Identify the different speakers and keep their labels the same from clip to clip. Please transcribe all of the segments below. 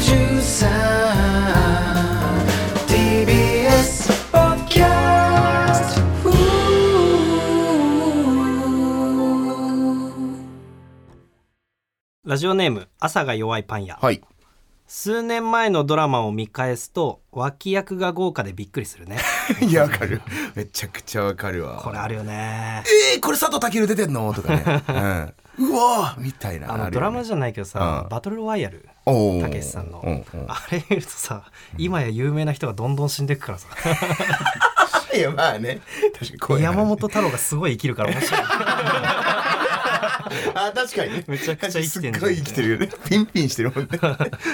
Speaker 1: さん TBS ポッドキャスト
Speaker 2: ラジオネーム朝が弱いパン屋、
Speaker 3: はい。
Speaker 2: 数年前のドラマを見返すと脇役が豪華でびっくりする ね
Speaker 3: いや、わかる。めちゃくちゃわかるわ。
Speaker 2: これあるよね
Speaker 3: えー、これ佐藤健出てんのとか ね。うん、うわーみたいな。
Speaker 2: あ
Speaker 3: るよ
Speaker 2: の
Speaker 3: ね
Speaker 2: ドラマじゃないけどさ、
Speaker 3: うん
Speaker 2: バトルロワイヤル
Speaker 3: おー
Speaker 2: たけしさんの、
Speaker 3: うう
Speaker 2: あれ見るとさ今や有名な人がどんどん死んでいくからさ
Speaker 3: いや、まあね。確かにこういうのある
Speaker 2: 山本太郎がすごい生きるから面白い
Speaker 3: あ、確かにね。
Speaker 2: めちゃくちゃ生きてんじゃん
Speaker 3: すっごい生きてる よね。ピンピンしてるもんね。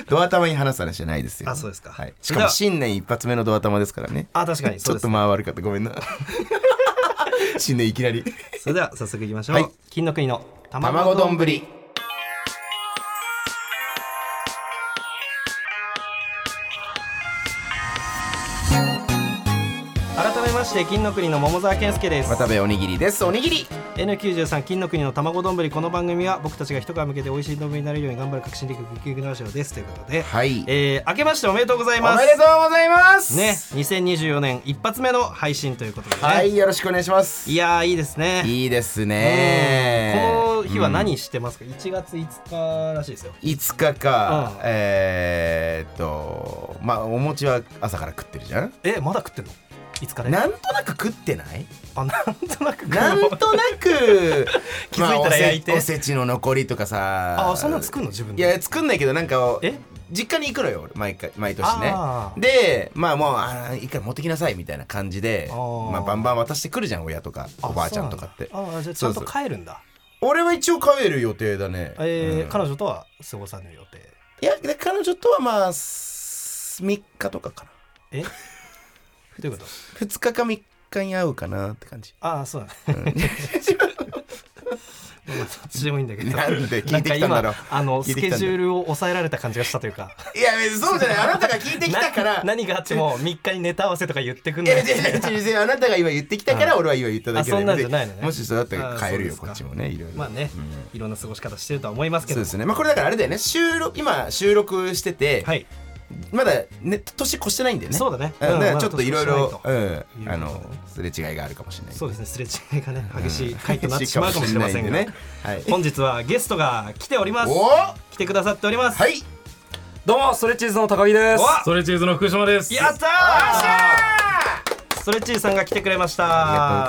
Speaker 3: ドア玉に話す話じゃないですよ。
Speaker 2: あそうですか
Speaker 3: はい。しかも新年一発目のドア玉ですからね。
Speaker 2: あ確かに
Speaker 3: ち
Speaker 2: そう
Speaker 3: ょ
Speaker 2: で
Speaker 3: っ
Speaker 2: す
Speaker 3: と間悪かった。ごめん な。新年いきなり。
Speaker 2: それでは早速いきましょう、
Speaker 3: はい
Speaker 2: 金の国の
Speaker 3: 卵
Speaker 2: 卵丼
Speaker 3: 丼。
Speaker 2: 改めまして金の国の桃沢健介です
Speaker 3: 渡部おにぎりです。おにぎり。
Speaker 2: N93 金の国の卵丼この番組は僕たちが一皮向けて美味しい丼になれるように頑張る革新的激育ラジオですということで、
Speaker 3: はい。
Speaker 2: えー、明けましておめでとうござい
Speaker 3: お
Speaker 2: ます
Speaker 3: めでとうございます。
Speaker 2: ね2024年一発目の配信ということでね、
Speaker 3: はい、よろしくお願いします。
Speaker 2: いやーいいですね
Speaker 3: いいですね。
Speaker 2: うんこの日は
Speaker 3: うん
Speaker 2: 何してますか、1月5日らしいですよ
Speaker 3: 5日か、
Speaker 2: うん
Speaker 3: えーっとまあお餅は朝から食ってるじゃん
Speaker 2: えまだ食ってんの5日で
Speaker 3: なんとなく食ってない
Speaker 2: あなんとなく
Speaker 3: なんとな く
Speaker 2: 気づいたら焼いて
Speaker 3: まあおせおせちの残りとかさ
Speaker 2: あそんなの作るの自分
Speaker 3: い
Speaker 2: で
Speaker 3: や作んないけどなんか
Speaker 2: え
Speaker 3: 実家に行くのよ俺毎回毎年ね
Speaker 2: あー
Speaker 3: でまあもうあー一回持ってきなさいみたいな感じで
Speaker 2: あー
Speaker 3: まあ、バンバン渡してくるじゃん親とかおばあちゃんとかって
Speaker 2: そうなんだあーじゃあちゃんと
Speaker 3: そう
Speaker 2: 帰るんだ
Speaker 3: 俺は一応帰る予定だね
Speaker 2: えー
Speaker 3: うん
Speaker 2: 彼女とは過ごさぬ予定
Speaker 3: いやで彼女とはまあ3日とかかな
Speaker 2: えどういうこと
Speaker 3: 2日か3日に会うかなって感 じ
Speaker 2: ああそうだね、まあどっちでもいいんだけど
Speaker 3: なんで聞いてきたんだろう
Speaker 2: なんか今あの
Speaker 3: 聞い
Speaker 2: ス
Speaker 3: てきたん
Speaker 2: ケ
Speaker 3: だ
Speaker 2: ジュールを抑えられた感じがしたというか
Speaker 3: いや別にそうじゃないあなたが聞いてきたから
Speaker 2: な何があっても3日にネタ合わせとか言ってくん
Speaker 3: い
Speaker 2: ない
Speaker 3: や 違う違う違うあなたが今言ってきたから俺は今言っただけで
Speaker 2: あそんなんじゃないのね
Speaker 3: もしそうだったら変えるよ
Speaker 2: あそう
Speaker 3: こ
Speaker 2: で
Speaker 3: っ
Speaker 2: す
Speaker 3: ち
Speaker 2: か
Speaker 3: もねいろいろ
Speaker 2: まあね、いろんな過ごし方してるとは思いますけ
Speaker 3: そう
Speaker 2: ど
Speaker 3: ですねまあこれだからあれだよね収録今収録してて、
Speaker 2: はい
Speaker 3: まだね年越してないんだよね
Speaker 2: そうだね
Speaker 3: ん
Speaker 2: うん
Speaker 3: だか
Speaker 2: ま
Speaker 3: ら
Speaker 2: だ
Speaker 3: ちょっといろい
Speaker 2: 年越
Speaker 3: ろ
Speaker 2: して
Speaker 3: うん
Speaker 2: と
Speaker 3: あ
Speaker 2: いうこ
Speaker 3: の
Speaker 2: とでね
Speaker 3: すれ違いがあるかもしれない
Speaker 2: そうですねすれ違いがね激しい
Speaker 3: 書
Speaker 2: 回となってしまうかもしれませんが、
Speaker 3: ねはい
Speaker 2: 本日はゲストが来ております
Speaker 3: おー
Speaker 2: 来てくださっております、
Speaker 3: はい
Speaker 4: どうもストレッチーズの高木です
Speaker 2: わ
Speaker 5: ストレッチーズの福島です。
Speaker 2: やったーストレッチーさんが来てくれました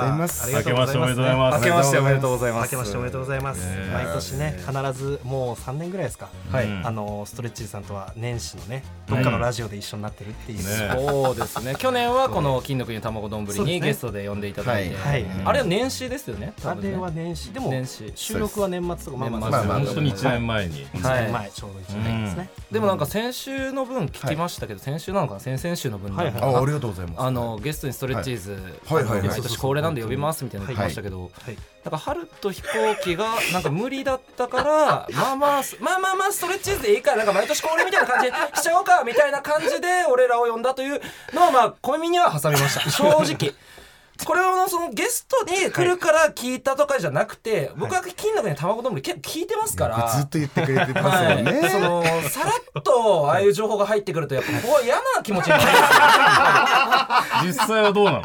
Speaker 3: ありがとうございます
Speaker 2: あり
Speaker 5: 明
Speaker 2: がと
Speaker 5: け
Speaker 2: うご
Speaker 5: ま
Speaker 2: ざ
Speaker 5: し
Speaker 2: い
Speaker 5: てお
Speaker 2: ま
Speaker 5: め
Speaker 2: す
Speaker 4: 明けまして
Speaker 5: でとうございます。
Speaker 4: おめでとうございます
Speaker 2: 明けましておめでとうございます、
Speaker 5: ねえ
Speaker 2: 毎年ね必ずもう3年ぐらいですか、
Speaker 4: はい
Speaker 5: うん
Speaker 2: あのストレッチーさんとは年始のねどっかのラジオで一緒になってるっていう、
Speaker 5: ね
Speaker 4: そうですね去年はこの金の国の卵丼
Speaker 2: そうです
Speaker 4: に
Speaker 2: ね
Speaker 4: ゲストで呼んでいただいて、
Speaker 2: はい
Speaker 4: あれは年始ですよね多
Speaker 2: あ
Speaker 4: 分ね
Speaker 2: れは年始でも
Speaker 4: 年始
Speaker 2: 収録は年末とかまあまあ
Speaker 4: 年
Speaker 3: ま
Speaker 2: そう
Speaker 4: 末
Speaker 3: あまあ
Speaker 5: 本当に1年前に。
Speaker 2: 一
Speaker 4: はい
Speaker 2: 年前ちょうど1年ですね、
Speaker 4: でもなんか先週の分聞きましたけど、先週なのかな先々週の分で、
Speaker 2: はいはい
Speaker 3: あありがとうございます
Speaker 4: あのゲストにストレッチーズ、
Speaker 3: はいはいはいはい
Speaker 4: 今年恒例なんで呼びますみたいなの言ってましたけど、
Speaker 2: はい
Speaker 4: なんか春と飛行機がなんか無理だったからまあまあまあまあまあストレッチーズでいいからなんか毎年恒例みたいな感じにしちゃおうかみたいな感じで俺らを呼んだというのはまあ小耳には挟みました正直。これはそのゲストに来るから聞いたとかじゃなくて、僕は金の国の卵丼結構聞いてますから、
Speaker 3: ずっと言ってくれてます
Speaker 4: は
Speaker 3: よ
Speaker 4: い、
Speaker 3: ね、
Speaker 4: そのさらっとああいう情報が入ってくるとやっぱここは嫌な気持ちになります
Speaker 5: 実際はどうなの？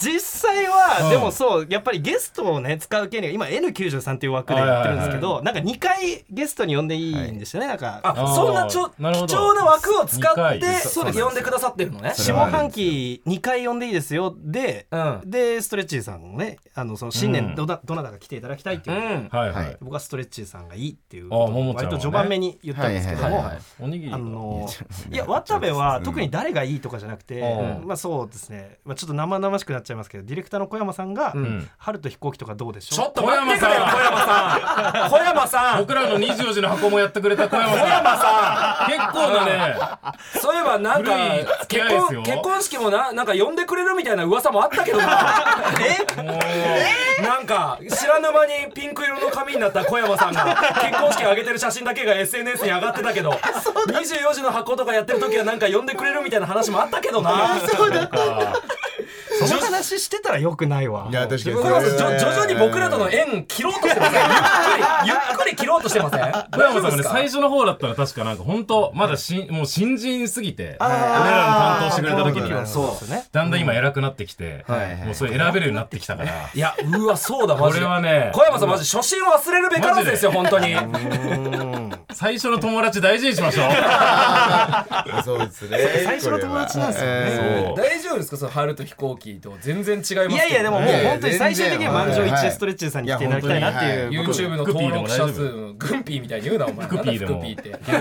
Speaker 2: 実際は、
Speaker 5: うん
Speaker 2: でもそうやっぱりゲストをね使う権利が今 N93 っていう枠でやってるんですけど、なんか2回ゲストに呼んでいいんですよね、なんか
Speaker 4: あそんなちょ
Speaker 5: あーなるほ
Speaker 4: 貴
Speaker 5: ど
Speaker 4: 重な枠を使っ
Speaker 5: 二回
Speaker 4: て呼んでくださってるのね。
Speaker 3: そ
Speaker 2: 下
Speaker 3: れはある
Speaker 2: 半期2回呼んでいいですよで、
Speaker 4: うん
Speaker 2: でストレッチーさんもねあのその新
Speaker 5: う
Speaker 2: 年
Speaker 5: ん
Speaker 2: どな,、どなたか来ていただきたいって
Speaker 4: う
Speaker 2: いう、
Speaker 4: ん、
Speaker 5: はいは
Speaker 3: はい
Speaker 5: い。
Speaker 2: 僕はストレッチーさんがいいっていう
Speaker 5: あももちゃんはね
Speaker 2: 割と序盤目に言ったんですけども、
Speaker 3: はいはい
Speaker 5: はいおにぎ
Speaker 2: あ
Speaker 5: りが。
Speaker 2: の
Speaker 3: いや
Speaker 2: いや渡部は特に誰がいいとかじゃなくて、
Speaker 5: うん
Speaker 2: まあそうですね、まあ、ちょっと生々しくなっちゃいますけどディレクターの小山さんが「
Speaker 5: ん
Speaker 2: 春と飛行機とかどうでしょう?」
Speaker 4: ちょっと待ってくれよ小
Speaker 5: 小
Speaker 4: 山さん小山さん
Speaker 5: 僕らの24時の箱もやってくれた小山さん。結構だね。
Speaker 4: そういえばなんか
Speaker 5: 古い付
Speaker 4: 結
Speaker 5: き合いです
Speaker 4: 婚
Speaker 5: よ
Speaker 4: 結婚式もななんか呼んでくれるみたいな噂もあったけどな
Speaker 5: もう
Speaker 4: えなんか知らぬ間にピンク色の髪になった小山さんが結婚式上げてる写真だけが SNS に上がってたけど24時の箱とかやってる時はなんか呼んでくれるみたいな話もあったけどな
Speaker 5: なんか
Speaker 2: その話してたらよくないわ
Speaker 3: いや確かに
Speaker 4: これはじょ徐々に僕らとの縁切ろうとしてませんゆっくりゆっくり切ろうとしてません
Speaker 5: 小山さん
Speaker 4: 大丈夫
Speaker 5: も
Speaker 4: で
Speaker 5: ね
Speaker 4: すか
Speaker 5: 最初の方だったら確かなんか本当まだしんもう新人すぎて俺
Speaker 2: あー
Speaker 5: らの担当してくれた時に
Speaker 3: なるほどなるほど
Speaker 5: だ
Speaker 2: そうですね
Speaker 5: んだん今偉くなってきて
Speaker 3: はいはい
Speaker 5: もうそれ選べるようになってきたから
Speaker 4: いやうわそうだマ
Speaker 5: こ
Speaker 4: ジ
Speaker 5: れ
Speaker 4: で
Speaker 5: はね
Speaker 4: 小山さんマジ初心を忘れるべからずですよ本当に
Speaker 5: 最初の友達大事にしましょう
Speaker 3: そうですね
Speaker 2: 最初の友達なんですよ
Speaker 3: こ
Speaker 2: ね
Speaker 3: れはえー
Speaker 5: そう
Speaker 4: 大丈夫ですかその春と飛行機と全然違いますけど
Speaker 2: いやいやでももう
Speaker 3: いやいや
Speaker 2: 本当に最終的には満場一致ストレッチーズさんに来ていただきたいなって
Speaker 3: いや
Speaker 2: いう
Speaker 3: 本
Speaker 2: 僕
Speaker 4: YouTube の登録者数もグンピーみたいに言うなお前
Speaker 5: グ
Speaker 4: な
Speaker 5: ッ
Speaker 4: ん
Speaker 5: ピ
Speaker 4: だグ
Speaker 5: ーで
Speaker 4: ッ
Speaker 5: も
Speaker 4: ピーって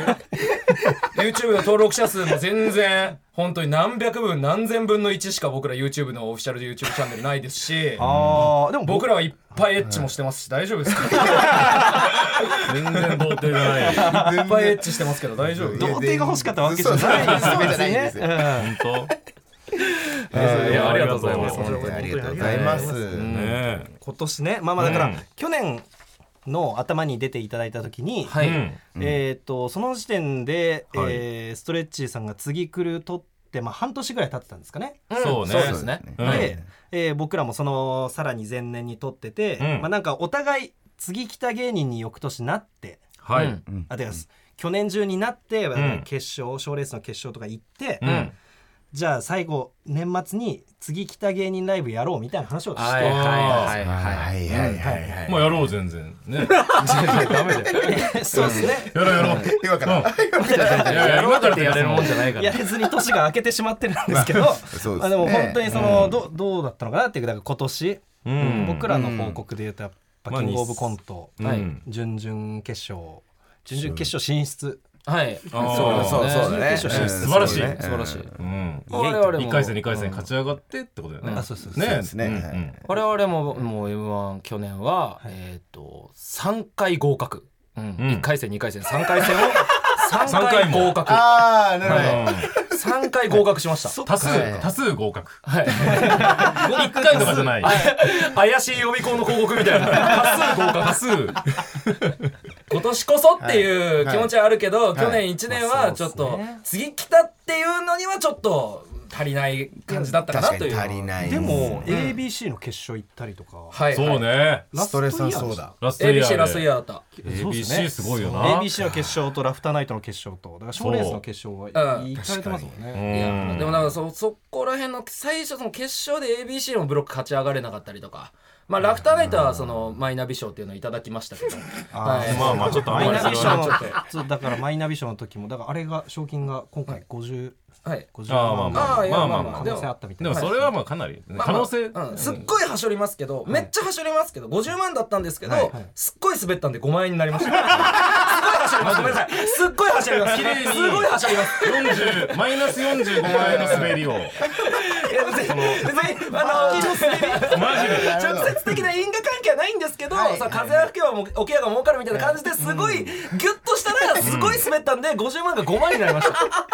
Speaker 4: YouTube の登録者数も全然本当に何百分何千分の1しか僕ら YouTube のオフィシャル YouTube チャンネルないですし
Speaker 2: ああでも僕
Speaker 4: 僕らはいっぱいエッチもしてますし大丈夫ですか
Speaker 5: 全然童貞じゃないよ
Speaker 4: いっぱいエッチしてますけど大丈夫
Speaker 2: 童貞が欲しかったわけじゃないです
Speaker 3: そうそう
Speaker 2: 別にね
Speaker 3: そうじゃ
Speaker 5: 本
Speaker 4: いやありがとうござい
Speaker 5: あり
Speaker 4: ま
Speaker 5: が
Speaker 4: す
Speaker 5: とうござ
Speaker 3: 本当
Speaker 5: い
Speaker 3: にありがとうございます
Speaker 5: 当ねえ
Speaker 2: 今年ねまあまあだから、
Speaker 5: うん
Speaker 2: 去年の頭に出ていただいた時に、
Speaker 4: は
Speaker 5: う
Speaker 4: い
Speaker 5: ん
Speaker 2: えー、とその時点で、
Speaker 5: はい
Speaker 2: えーストレッチーさんが次来るとって、まあ、半年ぐらい経ってたんですかね。
Speaker 5: そうね
Speaker 4: そうですね
Speaker 5: うん
Speaker 2: で、えー僕らもそのさらに前年に撮ってて、
Speaker 5: うん
Speaker 2: まあ、なんかお互い次来た芸人に翌年なって
Speaker 5: は
Speaker 4: う
Speaker 5: い
Speaker 4: ん
Speaker 2: あてか去年中になって、
Speaker 5: ん
Speaker 2: 決勝賞レースの決勝とか行って、
Speaker 5: うん
Speaker 2: じゃあ最後年末に次来た芸人ライブやろうみたいな話をして、
Speaker 4: はいはいはいはい
Speaker 3: はいはいはいはい
Speaker 5: もうやろう全然ね
Speaker 4: ダメだよ
Speaker 2: そうですね。
Speaker 5: やろうやろ う
Speaker 3: 今から
Speaker 5: いやいや今からってやれるもん
Speaker 4: じゃない
Speaker 2: いや別に年が明けてしまってるんですけど、
Speaker 3: すね
Speaker 2: あでも本当にその、どどうだったのかなっていうだから今年、
Speaker 5: ん
Speaker 2: 僕らの報告で言うとやっぱ
Speaker 5: まあ
Speaker 2: キングオブコント、
Speaker 5: うん
Speaker 4: はい
Speaker 2: 準々決勝準々決勝進出、
Speaker 4: はい
Speaker 5: あー
Speaker 4: そう
Speaker 3: そう
Speaker 4: です
Speaker 3: そう
Speaker 4: ね
Speaker 3: だね
Speaker 2: 準々決勝進出
Speaker 5: 素晴らしい
Speaker 3: そうね
Speaker 4: 素晴らしい
Speaker 5: うん
Speaker 4: 我々も
Speaker 5: 1回戦2回戦勝ち上がってってことだよね
Speaker 2: あそうそうそう
Speaker 5: ね
Speaker 3: そうですね
Speaker 5: ん
Speaker 3: はい
Speaker 5: うん
Speaker 4: 我々ももう m 1去年は、えっ、と3回合格、うん
Speaker 5: うん
Speaker 4: 1回戦2回戦3回戦 を3
Speaker 5: 三
Speaker 4: 回
Speaker 5: 回も
Speaker 4: 合格
Speaker 3: ああなるほど
Speaker 4: は3回合格しました
Speaker 5: 多数
Speaker 3: はい
Speaker 5: 多数合格
Speaker 4: はい
Speaker 5: 1回とかじゃない
Speaker 4: 怪しい予備校の広告みたいな多数合格
Speaker 5: 多数
Speaker 4: 今年こそっていう気持ちはあるけど、
Speaker 3: い
Speaker 4: 去年1年はちょっと、次来たっていうのにはちょっと足りない感じだったかな
Speaker 3: 確
Speaker 4: と
Speaker 3: か
Speaker 4: い
Speaker 3: に足
Speaker 4: う
Speaker 3: りない
Speaker 2: でも、
Speaker 4: ん
Speaker 2: ABC の決勝行ったりとか、
Speaker 4: はい
Speaker 5: そうね
Speaker 2: ラ
Speaker 3: ストレスは
Speaker 2: イヤー
Speaker 3: そうだ
Speaker 5: ラストイヤ
Speaker 4: ABC
Speaker 5: ー
Speaker 4: ラストイ
Speaker 5: で
Speaker 4: ヤーだっ
Speaker 2: そうです
Speaker 5: ABC すごいよな
Speaker 2: そう ABC の決勝とラフターナイトの決勝とだから賞レースの決勝は
Speaker 4: そう
Speaker 2: 行かれてますもんね、
Speaker 5: う
Speaker 4: たいや
Speaker 5: ん
Speaker 4: でもなんかそそこら辺の最初その決勝で ABC のブロック勝ち上がれなかったりとかまあラフターナイトはそのマイナビ賞っていうのをいただきましたけど、はい
Speaker 5: まあまあちょっと
Speaker 2: マイナビ賞
Speaker 5: は
Speaker 2: のそうだからマイナビ賞の時もだからあれが賞金が今回5050
Speaker 4: はい
Speaker 5: あーまあま
Speaker 4: ああいやまあまあ
Speaker 5: まあま
Speaker 2: 可
Speaker 5: あ
Speaker 4: で
Speaker 2: 能
Speaker 4: も
Speaker 2: 性あったみたい
Speaker 5: で
Speaker 2: な
Speaker 5: もそれはまあかなり
Speaker 4: まあ
Speaker 5: 可
Speaker 4: まあ
Speaker 5: 能性
Speaker 4: うん、すっごいはしょりますけど、めっちゃはしょりますけど50万だったんですけど、
Speaker 2: はい
Speaker 4: すっごい滑ったんで5万円になりましたすっごいはしょりますごめんなさいすっごいはしょります
Speaker 5: 綺麗に
Speaker 4: すごいはしょります
Speaker 5: 40マイナス45万円の滑りを
Speaker 4: いや別 に別にあの
Speaker 5: マジで
Speaker 4: 直接的な因果関係はないんですけど、
Speaker 3: はい
Speaker 4: その風邪は吹けば起きやが儲かるみたいな感じですごいギュッとしたらすごい滑ったんで50万が5万になりまし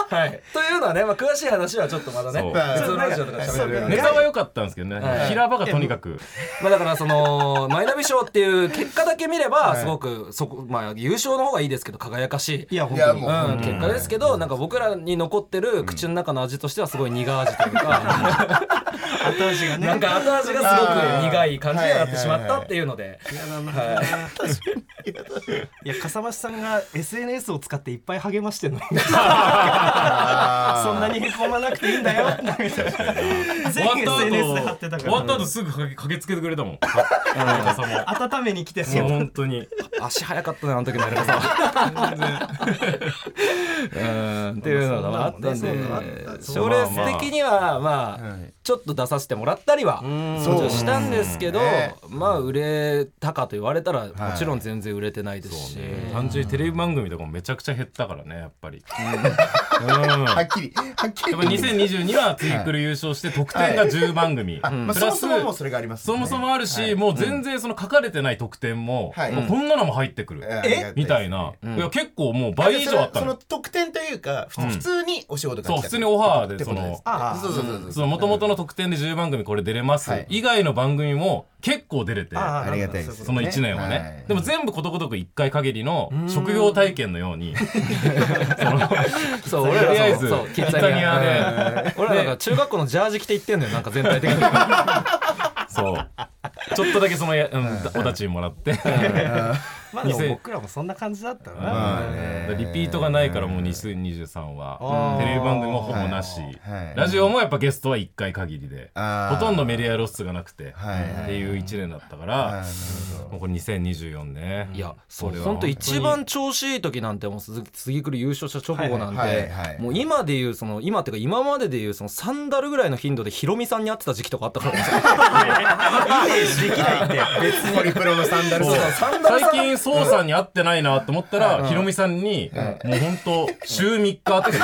Speaker 4: た。はい、というのはね、まあ、詳しい話はちょっとまだね
Speaker 5: そう
Speaker 4: 普通のラジオとかで喋るよ
Speaker 5: ネタは良かったんですけどね
Speaker 4: はい
Speaker 5: 平場がとにかく
Speaker 4: まあだからそのマイナビ賞っていう結果だけ見ればすごくそこ、まあ、優勝の方がいいですけど輝かしい。
Speaker 2: いや本
Speaker 3: いや
Speaker 2: 当に
Speaker 3: も
Speaker 4: うん、
Speaker 3: う
Speaker 4: 結果ですけど、なんか僕らに残ってる口の中の味としてはすごい苦味というか、
Speaker 2: 後味がね
Speaker 4: なんか後味がすごく苦い感じになってしまったっていうので、
Speaker 2: いや笠間さんが SNS を使っていっぱい励ましてるのにそんなにへこまなくていいんだよみたいな
Speaker 5: 終
Speaker 2: 全
Speaker 5: わっ
Speaker 2: 部
Speaker 5: た
Speaker 2: SNS で貼ってた
Speaker 5: 後
Speaker 2: か
Speaker 5: 終
Speaker 2: ら
Speaker 5: わった後すぐ駆け駆けつけてく れたもんあの傘
Speaker 2: 温めに来て
Speaker 5: ももう本当に
Speaker 4: 足早かったねあの時のやり方は。うんっていうのがあったんで
Speaker 2: そうだもんねそうだもんね
Speaker 4: 賞レース的にはまあちょっと出させてもらったりはもちろんしたんですけど
Speaker 3: そうね
Speaker 4: まあ売れたかと言われたらもちろん全然売れてないですし。
Speaker 5: 単純にテレビ番組とかもめちゃくちゃ減ったからねやっ ぱり
Speaker 3: はっきりはっき
Speaker 5: やっぱ
Speaker 3: り
Speaker 5: 2022は次来る優勝して得点が10番組、
Speaker 3: あまあ
Speaker 5: プ
Speaker 3: そ
Speaker 5: ラ
Speaker 3: も
Speaker 5: ス
Speaker 3: そももうそれがあります
Speaker 5: そもそもあるし、もう全然その書かれてない得点も、
Speaker 3: はい
Speaker 5: もうこんなのも入ってくる、
Speaker 3: え
Speaker 5: みたいな、いや結構もう倍以上あった
Speaker 3: そ
Speaker 5: の
Speaker 3: の特典というか普通普通にお仕事が来た
Speaker 5: そう普通にオファーでその
Speaker 3: ああそうそうそう
Speaker 5: その元々の特典で10番組これ出れます、
Speaker 3: はい
Speaker 5: 以外の番組も結構出れて
Speaker 2: あ
Speaker 3: ありがたいです
Speaker 5: その1年はね、
Speaker 3: はい
Speaker 5: でも全部ことごとく1回限りの職業体体験のように
Speaker 4: そう
Speaker 5: と
Speaker 4: 俺
Speaker 5: りあえ
Speaker 4: ら
Speaker 5: ず
Speaker 4: そう
Speaker 5: イ
Speaker 4: そうキッザ
Speaker 5: タ
Speaker 4: ニ
Speaker 5: リ
Speaker 4: アね
Speaker 5: アで
Speaker 4: 俺らなんか中学校のジャージ着て行ってんのよなんか全体的に
Speaker 5: そうちょっとだけそのや、うん、お立ちもらって
Speaker 2: まあでも
Speaker 5: 2000
Speaker 2: 僕らもそんな感じだった
Speaker 3: ま
Speaker 2: な。
Speaker 3: あね
Speaker 5: リピートがないからもう2023は
Speaker 2: あー
Speaker 5: テレビ番組もほぼなし、
Speaker 3: はいはい
Speaker 5: ラジオもやっぱゲストは1回限りで
Speaker 3: あー
Speaker 5: ほとんどメディア露出がなくて、
Speaker 3: はいはい
Speaker 5: っていう1年だったか
Speaker 3: あー
Speaker 5: ら
Speaker 3: なるほど
Speaker 5: もうこれ2024ね
Speaker 4: いやそう
Speaker 5: これは
Speaker 4: 本当一番調子いい時なんてもう鈴木次来る優勝した直後なん
Speaker 3: はいはい
Speaker 4: で
Speaker 3: はいはい
Speaker 4: もう今でいうその今っていうか今まででいうそのサンダルぐらいの頻度でヒロミさんに会ってた時期とかあったからね
Speaker 2: できないって。
Speaker 3: 別にホリプロのサンダル
Speaker 5: そう最近宋さんに会ってないなと思ったら、ひろみさんに、もう本当週3日会ってる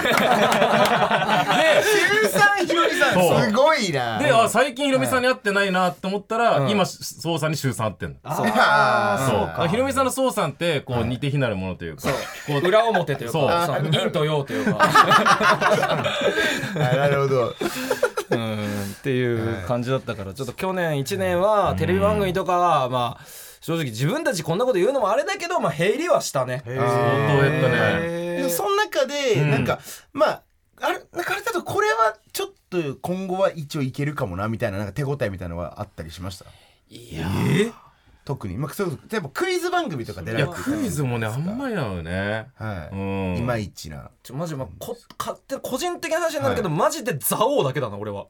Speaker 3: 13ひろみさ
Speaker 5: そうん
Speaker 3: すごいな
Speaker 5: でであ最近ひろみさんに会ってないなと思ったら、今宋さんに週3会ってんの
Speaker 2: あ
Speaker 3: あー
Speaker 5: そう
Speaker 3: そうか
Speaker 5: ひろみさんの宋さんってこう似て非なるものというか、こう
Speaker 4: 裏表という
Speaker 5: そう
Speaker 4: かそう陰と陽というか
Speaker 3: あなるほ ど
Speaker 4: うんっていう感じだったからちょっと去年1年はテレビ番組とかはまあ正直自分たちこんなこと言うのもあれだけどまあ減りはしたね
Speaker 3: 相
Speaker 5: 当やったね
Speaker 3: その中で、なんかまああれなんかあれだとこれはちょっと今後は一応いけるかもなみたいななんか手応えみたいなのはあったりしました
Speaker 4: いや
Speaker 3: 特に、まあ、そう例えばクイズ番組とか出ら
Speaker 5: い
Speaker 3: れ
Speaker 5: や
Speaker 3: て
Speaker 5: クイズもねあんまりなのよね
Speaker 3: はい、
Speaker 5: うん
Speaker 3: いまいちな
Speaker 4: ちょマジまあこ勝手個人的な話になるけど、マジで蔵王だけだな俺は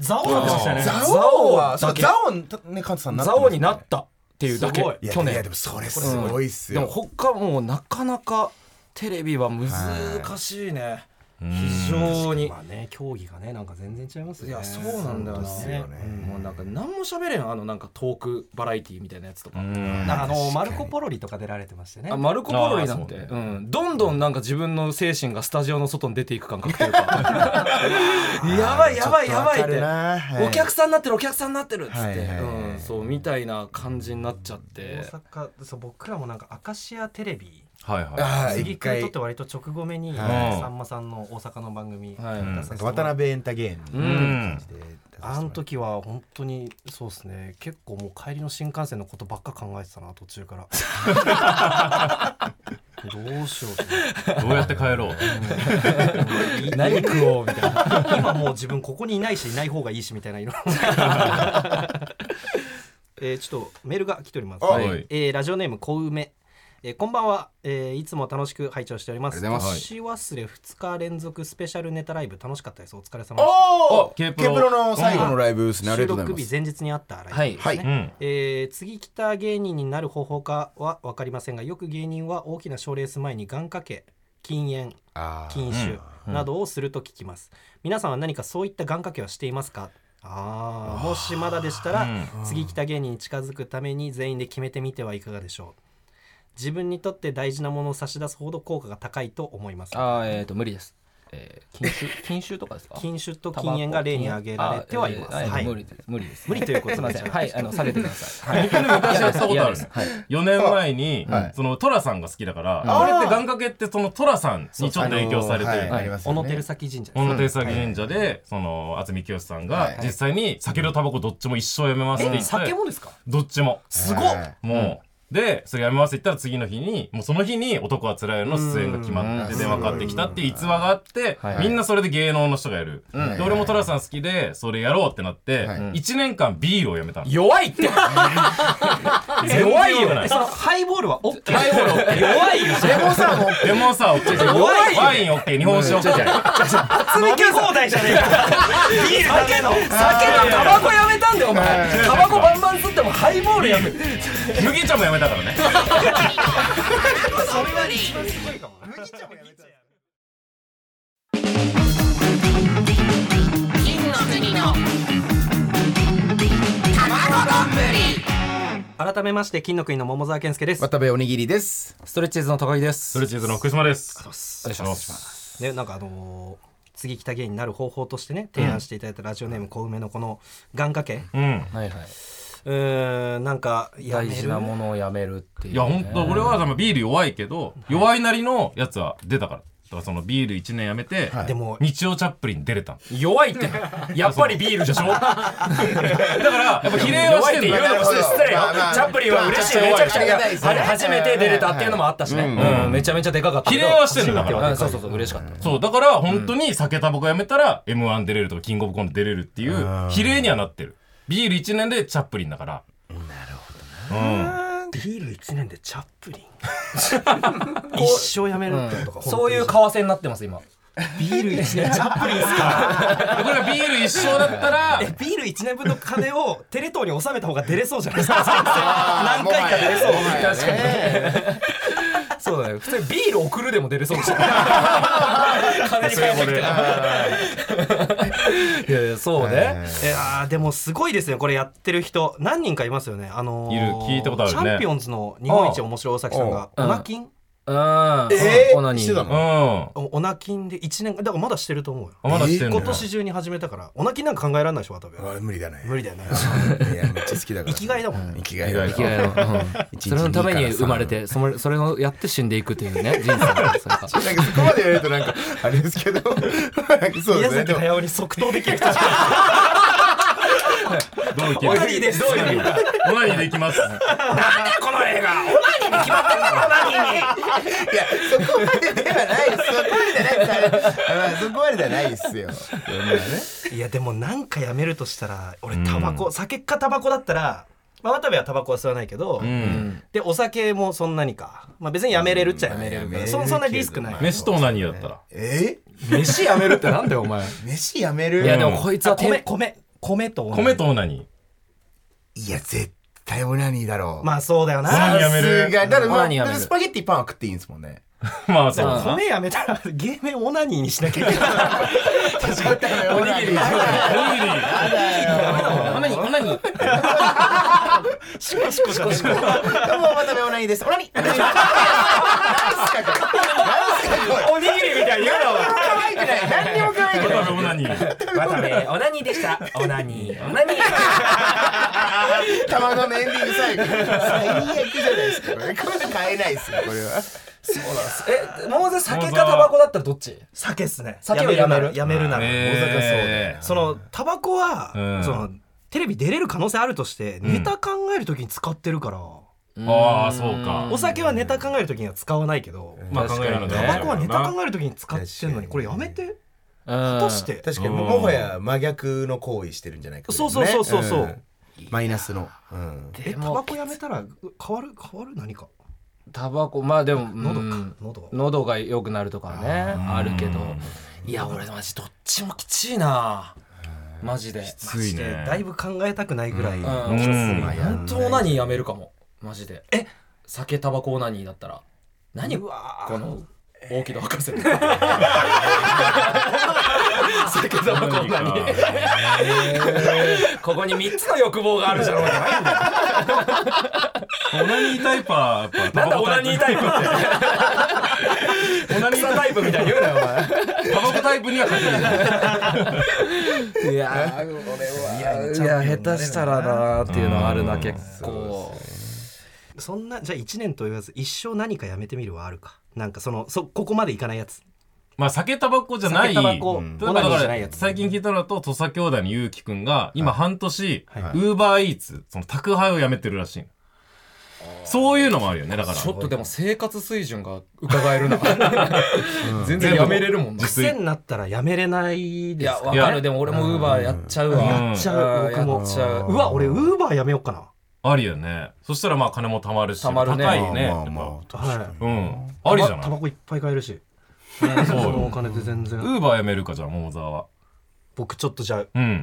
Speaker 2: ザオなんでしたね。
Speaker 3: ザオ
Speaker 4: オ
Speaker 3: は
Speaker 4: は
Speaker 3: そう
Speaker 4: だけ
Speaker 3: ザオねカントさん
Speaker 4: 蔵王にな
Speaker 3: っ
Speaker 4: ったっていうだけ
Speaker 2: すごい
Speaker 3: てますねいやい
Speaker 4: 去年
Speaker 3: やでもそれすごいっす
Speaker 4: でも
Speaker 3: よ、
Speaker 4: 他もうなかなかテレビは難しいね非常に
Speaker 2: まあね、競技がね、なんか全然違いますよ
Speaker 4: い
Speaker 2: ね。
Speaker 4: やそうなんだよ
Speaker 3: そう
Speaker 4: な
Speaker 3: ですよね
Speaker 4: うんもうなんか何も喋れんあのなんかトークバラエティーみたいなやつとか、
Speaker 5: うん
Speaker 2: なんかあ
Speaker 3: 確か
Speaker 2: の
Speaker 3: に
Speaker 2: マルコポロリとか出られてましたよね。
Speaker 4: あマルコ・ポロリなんて
Speaker 5: あ
Speaker 4: う、
Speaker 5: ーそ
Speaker 4: ん、どんどんなんか自分の精神がスタジオの外に出ていく感覚というか やばいやばいやばいってお客
Speaker 3: さ
Speaker 4: さんになってるお客さんになってるっつって、
Speaker 3: はいはいはい
Speaker 4: うん、そうみたいな感じになっちゃって
Speaker 2: 大阪そう僕らもなんかアカシアテレビ
Speaker 5: はいはい
Speaker 3: あー
Speaker 2: 次
Speaker 3: 一
Speaker 2: くんにとっ
Speaker 3: 回
Speaker 2: て割と直後目に、
Speaker 3: はい
Speaker 2: さんまさんの大阪の番組、
Speaker 4: はい
Speaker 5: うん
Speaker 2: 出させてもらって
Speaker 3: 渡辺エンタゲームみたいな感じで出させてもらって
Speaker 2: あの時は本当にそうですね結構もう帰りの新幹線のことばっか考えてたな途中からどうしようと
Speaker 5: どうやって 帰ろう
Speaker 2: 思って 何食おうみたいな今もう自分ここにいないしいない方がいいしみたいな 色えーちょっとメールが来ております、
Speaker 5: はい
Speaker 2: えーラジオネーム小梅えーこんばんは、えーいつも楽しく拝聴しております
Speaker 6: ありがとうございます
Speaker 2: 年忘れ2日連続スペシャルネタライブ楽しかったですお疲れ様でし
Speaker 3: お
Speaker 5: あ
Speaker 3: お
Speaker 5: K プ
Speaker 3: K
Speaker 5: ロ
Speaker 3: プロの最後のライブですね、
Speaker 2: た
Speaker 3: あり
Speaker 2: 収
Speaker 3: がとうござい
Speaker 2: 録
Speaker 3: ま
Speaker 2: 日
Speaker 3: す
Speaker 2: 前日にあったライブですね、
Speaker 4: はい
Speaker 5: うん
Speaker 2: えー次来た芸人になる方法かは分かりませんがよく芸人は大きな賞ーレース前に願掛け禁煙
Speaker 3: あー
Speaker 2: 禁酒などをすると聞きます、皆さんは何かそういった願掛けはしていますかあーもしまだでしたら、次来た芸人に近づくために全員で決めてみてはいかがでしょう自分にとって大事なものを差し出すほど効果が高いと思います
Speaker 6: あーえっ、と無理です。えー、禁 酒禁酒とかですか。
Speaker 2: 禁酒と禁煙が例に挙げられてはいます、
Speaker 6: あえーあえー
Speaker 2: はい
Speaker 6: 無理です無理です。
Speaker 2: 無理ということ
Speaker 6: す
Speaker 2: じ
Speaker 6: み
Speaker 2: ゃな
Speaker 6: ま
Speaker 2: い
Speaker 6: せん。はいあの下げてください。はい。
Speaker 5: 僕ね昔やったことあ
Speaker 6: はい
Speaker 5: る4年前に
Speaker 3: はい
Speaker 5: そのトラさんが好きだから
Speaker 3: あー
Speaker 5: これって願掛けってそのトラさんにちょっと影響され
Speaker 3: あの
Speaker 5: て
Speaker 3: ーはいあります
Speaker 2: 小
Speaker 3: よね
Speaker 2: 野照崎神社です
Speaker 5: この手作神社でその渥美清さん
Speaker 3: は
Speaker 5: が
Speaker 3: い
Speaker 5: 実際に酒とタバコどっちも一生やめますって言って
Speaker 4: 酒もですか
Speaker 5: どっちも
Speaker 4: すごっ
Speaker 3: はい
Speaker 5: もうでそれやめますって言ったら次の日にもうその日に「男はつらいよ」の出演が決まって
Speaker 3: うん
Speaker 5: 電話かかってきたっていう逸話があって
Speaker 6: はい
Speaker 5: みんなそれで芸能の人がやる
Speaker 3: ん
Speaker 5: で俺もトラさん好きでそれやろうってなって
Speaker 3: はい
Speaker 5: 1年間ビールをやめたの
Speaker 4: 弱いって 弱いよ
Speaker 5: ない
Speaker 2: そのハイボールは OK
Speaker 4: ハイボール弱いよ
Speaker 3: レモンサーモン
Speaker 5: レモンサワー OK
Speaker 4: 弱いよ
Speaker 5: ワイン OK 日本酒 OK
Speaker 4: 飲み放題じゃねえかビールだけの酒とタバコやめたんだよお前タバコバンバン吸ってもハイボールやめ
Speaker 5: 麦茶もやめたからね
Speaker 2: 改めまして金の国の桃沢健介です
Speaker 3: 渡部おにぎりです
Speaker 4: ストレッチーズの高木です
Speaker 5: ストレッチーズの福島です
Speaker 4: お願いします
Speaker 2: ねなんかあのー次来た芸になる方法としてね提案していただいたラジオネーム小梅のこの願掛け
Speaker 5: うん
Speaker 6: はいはい。
Speaker 2: うーんなんかやめ
Speaker 6: 大
Speaker 2: る
Speaker 6: 事なものをやめるっていう、
Speaker 5: いや本当俺はでもビール弱いけど弱いなりのやつは出たからとかそのビール1年やめて、
Speaker 3: はい
Speaker 2: でも
Speaker 5: 日曜チャップリン出れたの
Speaker 4: 弱いって やっぱりビールでしょ だからやっぱ
Speaker 5: 比例はし
Speaker 4: 弱
Speaker 5: てん
Speaker 4: いって
Speaker 5: の
Speaker 4: 言うのも失礼よ
Speaker 3: まあまあ
Speaker 4: チャップリンは嬉しい
Speaker 3: まあ
Speaker 4: めちゃくち
Speaker 3: あり
Speaker 4: ゃ
Speaker 3: がたいですね
Speaker 4: あれ初めて出れたっていうのもあったしねうんめちゃめちゃでかかったけ
Speaker 5: 比
Speaker 4: ど
Speaker 5: 例はしてんのだから
Speaker 4: うんそうそうそう嬉しかった
Speaker 5: そうだから本当に酒タバコやめたら m 1出れるとかキングオブコント出れるっていう比例にはなってるビール1年でチャップリンだからなるほどなうん
Speaker 2: ビール1年でチャップリ ン一生やめるってことか、
Speaker 4: そういう為替になってます今
Speaker 2: ビール1年チャップリンっすか
Speaker 5: これがビール一生だったら
Speaker 2: えビール1年分の金をテレ東に納めた方が出れそうじゃないです か何回か出れそう
Speaker 3: 確かに
Speaker 4: そうだね普通にビール送るでも出れそうでした金に換えてきたからいやいやそうね
Speaker 2: いやーでもすごいですねこれやってる人何人かいますよねあのー
Speaker 5: いる聞いたことあるね
Speaker 2: チャンピオンズの日本一面白い大崎さんが
Speaker 4: おう
Speaker 2: オナキン
Speaker 4: うんあ
Speaker 3: え
Speaker 4: オナ
Speaker 3: ー、
Speaker 4: ニー
Speaker 3: してた
Speaker 5: う
Speaker 3: の
Speaker 5: ん
Speaker 2: おオナキンで1年だからまだしてると思うよ
Speaker 5: あまだしてんの
Speaker 2: 今年中に始めたからオナキンなんか考えられないでしょ渡部
Speaker 3: あ無理だね
Speaker 2: 無理だ よね
Speaker 3: いやめっちゃ好きだから
Speaker 2: 生きがいだもんね
Speaker 3: 生きがい
Speaker 5: 生きが
Speaker 7: いやいやうん
Speaker 3: 一日
Speaker 7: それのために生まれてそれそれをやって死んでいくというね人生なんですよ
Speaker 3: なんかそこまでやるとなんかあれですけど そうで
Speaker 2: 宮
Speaker 3: すね
Speaker 2: 崎
Speaker 3: でも
Speaker 2: 駿に即答できる人じゃない
Speaker 5: どういけるオナ
Speaker 2: ニーですオナニ
Speaker 5: ニーでいきます
Speaker 4: この映画オナニーに決まってんだろオナニーに
Speaker 3: いやそこまでではないそこまでではないですあのそこまでではないですよ
Speaker 2: いやでもなんかやめるとしたら俺タバコ、酒かタバコだったら、まあ、渡部はタバコは吸わないけど、
Speaker 5: うん
Speaker 2: でお酒もそんなにか、まあ、別にやめれるっちゃやめれるから、
Speaker 3: うん
Speaker 2: そんそんなリスクない、
Speaker 5: 飯とオナニーだったら
Speaker 3: え
Speaker 4: 飯やめるってなんだよお前
Speaker 3: 飯やめる
Speaker 7: いやでも
Speaker 5: うん
Speaker 7: こいつ
Speaker 2: あ
Speaker 7: はて
Speaker 2: 米米米と同じ
Speaker 5: 米とオナニ
Speaker 3: いや絶対オナニーだろう
Speaker 2: まあそうだよ
Speaker 5: オナ
Speaker 2: な
Speaker 5: ニーやめる
Speaker 3: さすがだってま
Speaker 7: オ
Speaker 3: あ
Speaker 7: ナニーやめる
Speaker 3: スパゲッティパンは食っていいんですもんね
Speaker 5: ー まあそうだな
Speaker 2: 米やめたら芸名オナニーにしなきゃいけない
Speaker 3: オナニー
Speaker 5: おにぎり
Speaker 7: オナニーオナニー
Speaker 2: シコシコじゃねえか
Speaker 3: どうも渡辺オナニーですオナニー何すかこれ何すかこれ
Speaker 2: おにぎりみたいに言うなお前
Speaker 3: 可愛くない何にも可愛くない
Speaker 5: オナニー
Speaker 4: 渡部オナニーでしたオナニーオナニー
Speaker 3: たまのエンディング最後最悪じゃないですかこれこれ買えないですよこれは
Speaker 4: えモーゼ酒かタバコだったらどっち
Speaker 2: 酒っすね
Speaker 4: 酒をやめる
Speaker 2: やめるなら、
Speaker 5: ねえ
Speaker 2: そのタバコは、
Speaker 5: うん
Speaker 2: そのテレビ出れる可能性あるとしてネタ考えるときに使ってるから、
Speaker 5: ああそうか
Speaker 2: お酒はネタ考えるときには使わないけど、
Speaker 5: まあ考えるのね
Speaker 2: タバコはネタ考えるときに使ってんのにこれやめて
Speaker 7: 果
Speaker 2: 果たして
Speaker 3: 確
Speaker 5: かにもはや
Speaker 3: 真逆の行為してるんじゃないか
Speaker 2: そうそうそうそうそう、
Speaker 3: マイナスの、うん、
Speaker 2: え
Speaker 7: で
Speaker 2: タバ
Speaker 7: も
Speaker 2: コやめたら変わる変わる何か
Speaker 7: タバコまあでも
Speaker 2: 喉
Speaker 7: う
Speaker 2: か
Speaker 7: ん
Speaker 2: 喉
Speaker 7: 喉が良くなるとかねあるけど
Speaker 4: いや俺マジどっちもきちいなマジで
Speaker 5: ついね
Speaker 2: だいぶ考えたくないぐらい、
Speaker 4: うん
Speaker 5: う
Speaker 4: きつい
Speaker 5: ん
Speaker 4: 本当オナニーやめるかもマジでえ酒タバコオナニーだったら何この大木戸博士 酒タバコオナニー ここに3つの欲望があるじゃん俺ないんだよ
Speaker 5: オナニータイプはやっぱ
Speaker 4: なんだオナニータイプってオナニータイプみたいに言うなよ
Speaker 5: タバコタイプには勝てな
Speaker 4: お
Speaker 5: い
Speaker 4: 前いやいや下手したらなーっていうのはあるな結構
Speaker 2: そんなじゃあ1年と言わず一生何かやめてみるはあるかなんかそのそここまでいかないやつ
Speaker 5: まあ酒タバコじゃない
Speaker 2: 酒タバコ
Speaker 5: うん
Speaker 2: オナニーじゃない
Speaker 5: だ
Speaker 2: や
Speaker 5: から
Speaker 2: つ
Speaker 5: 最近聞いたのだと土佐兄弟のゆうきくんが今半年
Speaker 2: はい
Speaker 5: ウーバーイーツその宅配をやめてるらしいのそういうのもあるよねだから
Speaker 4: ちょっとでも生活水準が伺えるな 全然やめれるもんな
Speaker 5: 自炊
Speaker 2: 癖になったらやめれない
Speaker 4: い
Speaker 2: です
Speaker 4: や
Speaker 2: か
Speaker 4: わ
Speaker 5: いや
Speaker 4: かるでも俺もウーバーやっちゃうわ
Speaker 5: や
Speaker 2: っちゃう
Speaker 4: うん
Speaker 2: 僕も
Speaker 4: やっちゃう
Speaker 2: うわ俺ウーバーやめようかな
Speaker 5: ありよねそしたらまあ金も貯まるし
Speaker 4: 貯まるね
Speaker 5: 高いね
Speaker 3: まあまあまあ
Speaker 2: はい
Speaker 5: うんありじゃな
Speaker 2: タ
Speaker 5: い
Speaker 2: バコいっぱい買えるし
Speaker 5: そ
Speaker 2: そうのお
Speaker 5: よ
Speaker 2: 金で全然
Speaker 5: ウーバーやめるかじゃあ桃沢は
Speaker 2: 僕ちょっとじゃあ
Speaker 5: うん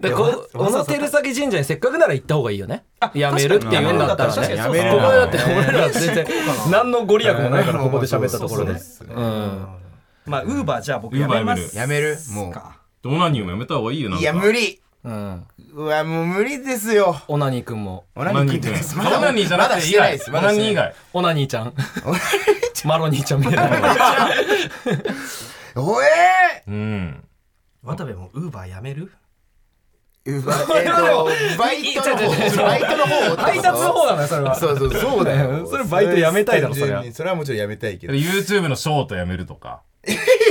Speaker 4: でこ小野照崎神社にせっかくなら行った方がいいよねやめるって言うんだったらね
Speaker 3: 確かに
Speaker 4: ここ
Speaker 3: やめるな
Speaker 4: だって俺ら全然何のご利益もないからここで喋ったところで
Speaker 3: そうそうそう
Speaker 4: うん
Speaker 2: まあウーバーじゃあ僕
Speaker 5: Uber
Speaker 2: やめま
Speaker 5: やめ
Speaker 2: す
Speaker 5: る
Speaker 3: やめるも
Speaker 5: でオナニーもやめた方がいいよなん
Speaker 3: う
Speaker 5: か
Speaker 3: いや無理
Speaker 4: うん
Speaker 3: うわもう無理ですよ
Speaker 4: オナニーくんも
Speaker 3: オ
Speaker 5: オナニーって
Speaker 3: 食ってない
Speaker 5: オナニーじゃ な
Speaker 3: ま
Speaker 5: く
Speaker 3: だ
Speaker 5: て
Speaker 3: し
Speaker 5: 以
Speaker 3: てない
Speaker 5: 外
Speaker 3: です
Speaker 5: オ
Speaker 3: ま
Speaker 5: ナ
Speaker 3: だし
Speaker 5: ニ
Speaker 3: てな
Speaker 5: ー
Speaker 3: い
Speaker 5: 以外
Speaker 4: オナニーちゃんマロニーちゃんみたいな
Speaker 3: おえ
Speaker 5: うん
Speaker 2: 渡部もウーバーやめる
Speaker 3: うばえっとバイトの方バイトの方
Speaker 8: 配達の方なのよそれは
Speaker 3: そうそうそうだよ
Speaker 8: それバイト辞めたいだろそれ
Speaker 3: 単
Speaker 8: は
Speaker 3: 純にそれはもちろんやめたいけどい
Speaker 5: YouTube のショートやめるとか。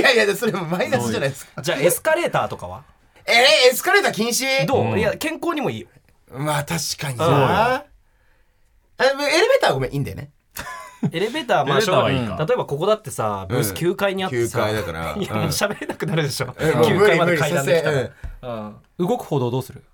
Speaker 3: やいやそれもマイナスじゃないですか
Speaker 2: じゃあエスカレーターとかは
Speaker 3: えー、エスカレーター禁止
Speaker 2: どう、いや健康にもいいよ
Speaker 3: まあ確かになあエレベーターはごめんいいんだよね
Speaker 2: エレベーターまあ
Speaker 5: エレベーターはいい
Speaker 2: しょうが
Speaker 5: か
Speaker 2: 例えばここだってさブース
Speaker 3: うん
Speaker 2: 9階にあってさ、
Speaker 3: 9階だから
Speaker 2: いやもう喋れなくなるでしょ、
Speaker 3: えもう
Speaker 2: 9階ま
Speaker 3: 無理無
Speaker 2: で
Speaker 3: 理
Speaker 2: 階段できたら、
Speaker 3: さ
Speaker 4: 動く歩道どうする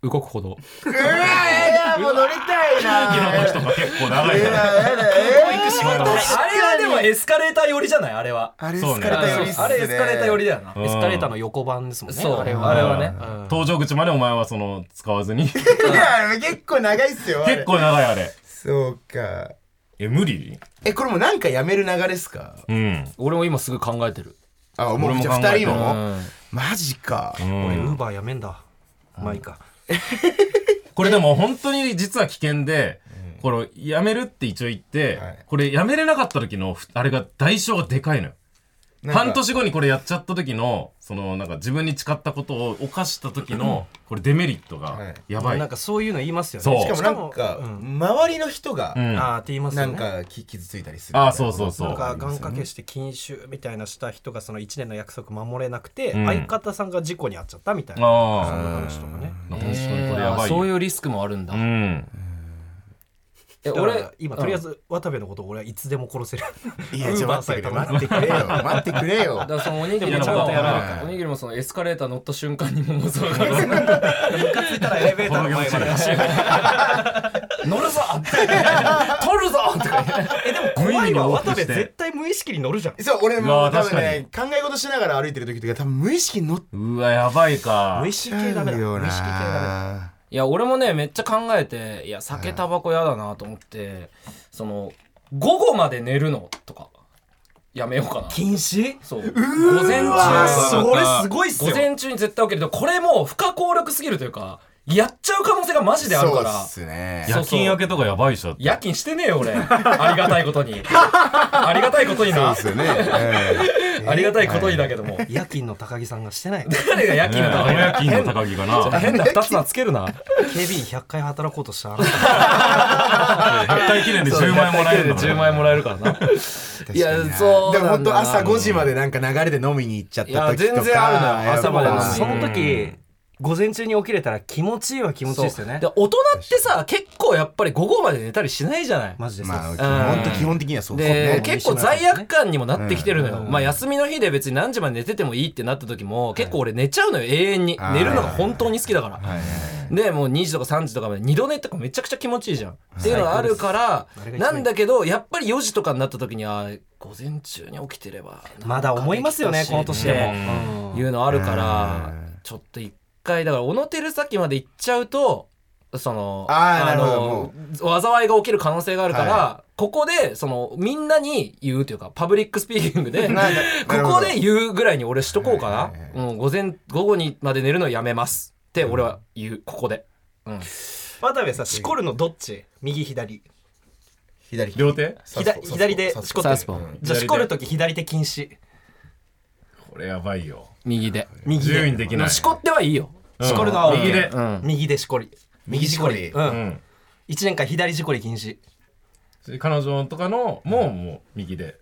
Speaker 4: 動く歩道
Speaker 3: せうんうわやだもう乗りたいな
Speaker 5: 空気の時とか結構長いか
Speaker 3: や
Speaker 5: ら。
Speaker 3: だやだえー
Speaker 8: あれはでもエスカレーター寄りじゃないあれは
Speaker 3: あれエ
Speaker 5: そう
Speaker 3: ス
Speaker 5: ね
Speaker 3: カレーターよりっすね
Speaker 8: あれエスカレーター寄りだよな
Speaker 5: うん
Speaker 2: エスカレーターの横版ですもんね
Speaker 8: そう
Speaker 2: あれ
Speaker 8: あれ
Speaker 2: は
Speaker 8: はね
Speaker 5: 搭乗口までお前はその使わずに結
Speaker 3: いや結構長いっすよあれ
Speaker 5: 構長いあれ
Speaker 3: そうか
Speaker 5: え無理
Speaker 3: えこれもうなんかやめる流れっすか
Speaker 5: うん
Speaker 4: 俺も今すぐ考えてる
Speaker 3: あもう
Speaker 5: 俺も
Speaker 3: じ
Speaker 5: 考
Speaker 3: ゃあ
Speaker 5: えてる
Speaker 3: 2人
Speaker 4: う
Speaker 3: も
Speaker 4: ん
Speaker 3: マジか
Speaker 2: 俺ウーバーやめんだまあいいか
Speaker 5: これでも本当に実は危険で、これやめるって一応言って、
Speaker 3: はい
Speaker 5: これやめれなかった時のふあれが代償がでかいのよ
Speaker 3: なんか
Speaker 5: 半年後にこれやっちゃった時のそのなんか自分に誓ったことを犯した時のこれデメリット
Speaker 3: は
Speaker 5: が
Speaker 3: い
Speaker 5: やばい、
Speaker 2: なんかそういうの言いますよね
Speaker 5: そう
Speaker 3: しかもなんか
Speaker 2: うん
Speaker 3: 周りの人が
Speaker 5: うん、
Speaker 2: ああって言います
Speaker 3: な
Speaker 2: よ
Speaker 3: ん
Speaker 2: ね
Speaker 3: かき傷ついたりする
Speaker 5: あそうそうそう
Speaker 2: なんか
Speaker 3: ありま
Speaker 2: 願
Speaker 3: すよ
Speaker 2: 掛
Speaker 3: ね
Speaker 2: けして禁酒みたいなした人がその1年の約束守れなくて、
Speaker 5: うん
Speaker 2: 相方さんが事故に遭っちゃったみたいなそん
Speaker 5: あ
Speaker 2: な話とかね
Speaker 5: あ確かにこれや
Speaker 4: えーあ
Speaker 5: ばいよ、
Speaker 4: そういうリスクもあるんだ
Speaker 5: うん
Speaker 4: え
Speaker 2: だから
Speaker 4: 俺
Speaker 2: 今とりあえず渡部のことを俺はいつでも殺せる
Speaker 3: いやちょっと待ってくれ
Speaker 2: Uber
Speaker 3: 待ってくれよ待ってくれよ
Speaker 4: だからそのおにぎり
Speaker 5: でも
Speaker 4: も
Speaker 5: ちゃんとやら
Speaker 3: なきゃ
Speaker 4: おにぎりもそのエスカレーター乗った瞬間にもう そうが
Speaker 2: ムカついたらエレベーターの前まで走る
Speaker 4: 乗るぞって取るぞって
Speaker 2: えでも怖いわ
Speaker 5: 無意味な往
Speaker 2: 渡
Speaker 5: 復
Speaker 2: 部
Speaker 5: して
Speaker 2: 絶対無意識に乗るじゃん
Speaker 3: そう俺
Speaker 5: う
Speaker 3: も
Speaker 5: わ
Speaker 3: う多
Speaker 5: 確
Speaker 3: 分
Speaker 5: かに
Speaker 3: ね考え事しながら歩いてる時とか多分無意識に乗っ
Speaker 5: うわやばいか
Speaker 2: 無意識
Speaker 3: ちゃ
Speaker 2: 系ダメだ
Speaker 3: うよ
Speaker 2: 無意識系ダメだ
Speaker 3: ない
Speaker 4: や俺もねめっちゃ考えていや酒タバコやだなと思ってその午後まで寝るのとかやめようかな
Speaker 2: 禁止
Speaker 4: そう午前
Speaker 2: あ
Speaker 4: 中
Speaker 2: ーそれすごいっす
Speaker 4: 午
Speaker 2: よ
Speaker 4: 前中に絶対起きるとこれもう不可抗力すぎるというかやっちゃう可能性がマジである
Speaker 3: そ
Speaker 4: か
Speaker 3: う
Speaker 4: ら
Speaker 3: っすね
Speaker 4: そう
Speaker 5: 夜勤明けとかやばいっしょ
Speaker 4: 夜勤してねえよ俺ありがたいこ とにありがたいことに
Speaker 3: そうっ
Speaker 4: な
Speaker 3: すよねえ
Speaker 4: ありがたいことにだけども、
Speaker 2: 夜勤の高木さんがしてない
Speaker 4: 誰が夜
Speaker 5: ねえ
Speaker 4: 勤の高
Speaker 5: あの
Speaker 4: い
Speaker 5: 夜勤の高木かな
Speaker 4: 変な二つ名つけるな
Speaker 2: 警備員100回働こうとした
Speaker 5: 100回記念で10万円もらえるんだもんね
Speaker 4: 10万円もらえるからな
Speaker 3: え
Speaker 4: いや
Speaker 3: 確かにな
Speaker 4: そう
Speaker 3: でも
Speaker 4: なん
Speaker 3: 本
Speaker 4: だ
Speaker 3: 当
Speaker 4: な
Speaker 3: 朝5時までなんか流れで飲みに行っちゃっ
Speaker 4: いや
Speaker 3: た時とか
Speaker 4: 全然あるな朝まで飲みに
Speaker 2: その時午前中に起きれたら気持ちいいは気持ちいいですよね
Speaker 4: で大人ってさ結構やっぱり午後まで寝たりしないじゃない
Speaker 2: マジでそうです
Speaker 3: まあ
Speaker 4: うん
Speaker 3: 本当基本的にはそうっす
Speaker 4: で
Speaker 3: ね
Speaker 4: 結構罪悪感にもなってきてるのよ、まあ、休みの日で別に何時まで寝ててもいいってなった時も結構俺寝ちゃうのよ永遠に
Speaker 3: はい
Speaker 4: 寝るのが本当に好きだから
Speaker 3: はいはい
Speaker 4: でもう2時とか3時とかまで2度寝とかめちゃくちゃ気持ちいいじゃんっていうのがあるから
Speaker 2: 最高です
Speaker 4: なんだけどやっぱり4時とかになった時には午前中に起きてれば
Speaker 2: まだ思いますよねこの年で
Speaker 4: ね
Speaker 2: もうん
Speaker 4: いうのあるからちょっと一回だから小野照崎まで行っちゃうとその
Speaker 3: あーなるほど
Speaker 4: の災いが起きる可能性があるから、
Speaker 3: は
Speaker 4: ここでそのみんなに言うというかパブリックスピーキ ングでこ
Speaker 3: なんかなるほ
Speaker 4: こ
Speaker 3: ど
Speaker 4: で言うぐらいに俺しとこうかな、
Speaker 3: はいはい
Speaker 4: うん、午前午後にまで寝るのやめますって俺は言う、ここで、うん、
Speaker 2: 渡部さしこるのどっち右左
Speaker 3: 左利
Speaker 5: 両手
Speaker 3: き
Speaker 2: 左左でしこって
Speaker 4: サウ
Speaker 2: る
Speaker 4: スポー
Speaker 2: じゃあしこる時左手禁止
Speaker 5: これやばいよ
Speaker 4: 右で
Speaker 2: 右
Speaker 5: 自由
Speaker 2: で
Speaker 5: にできない
Speaker 4: しこってはいいよ
Speaker 5: うん
Speaker 2: しこるのは OK
Speaker 5: 右で
Speaker 4: うん
Speaker 2: 右でしこり
Speaker 3: 右しこり
Speaker 2: う
Speaker 5: うんん
Speaker 2: 1年間左しこり禁止
Speaker 5: 彼女とかのももう右で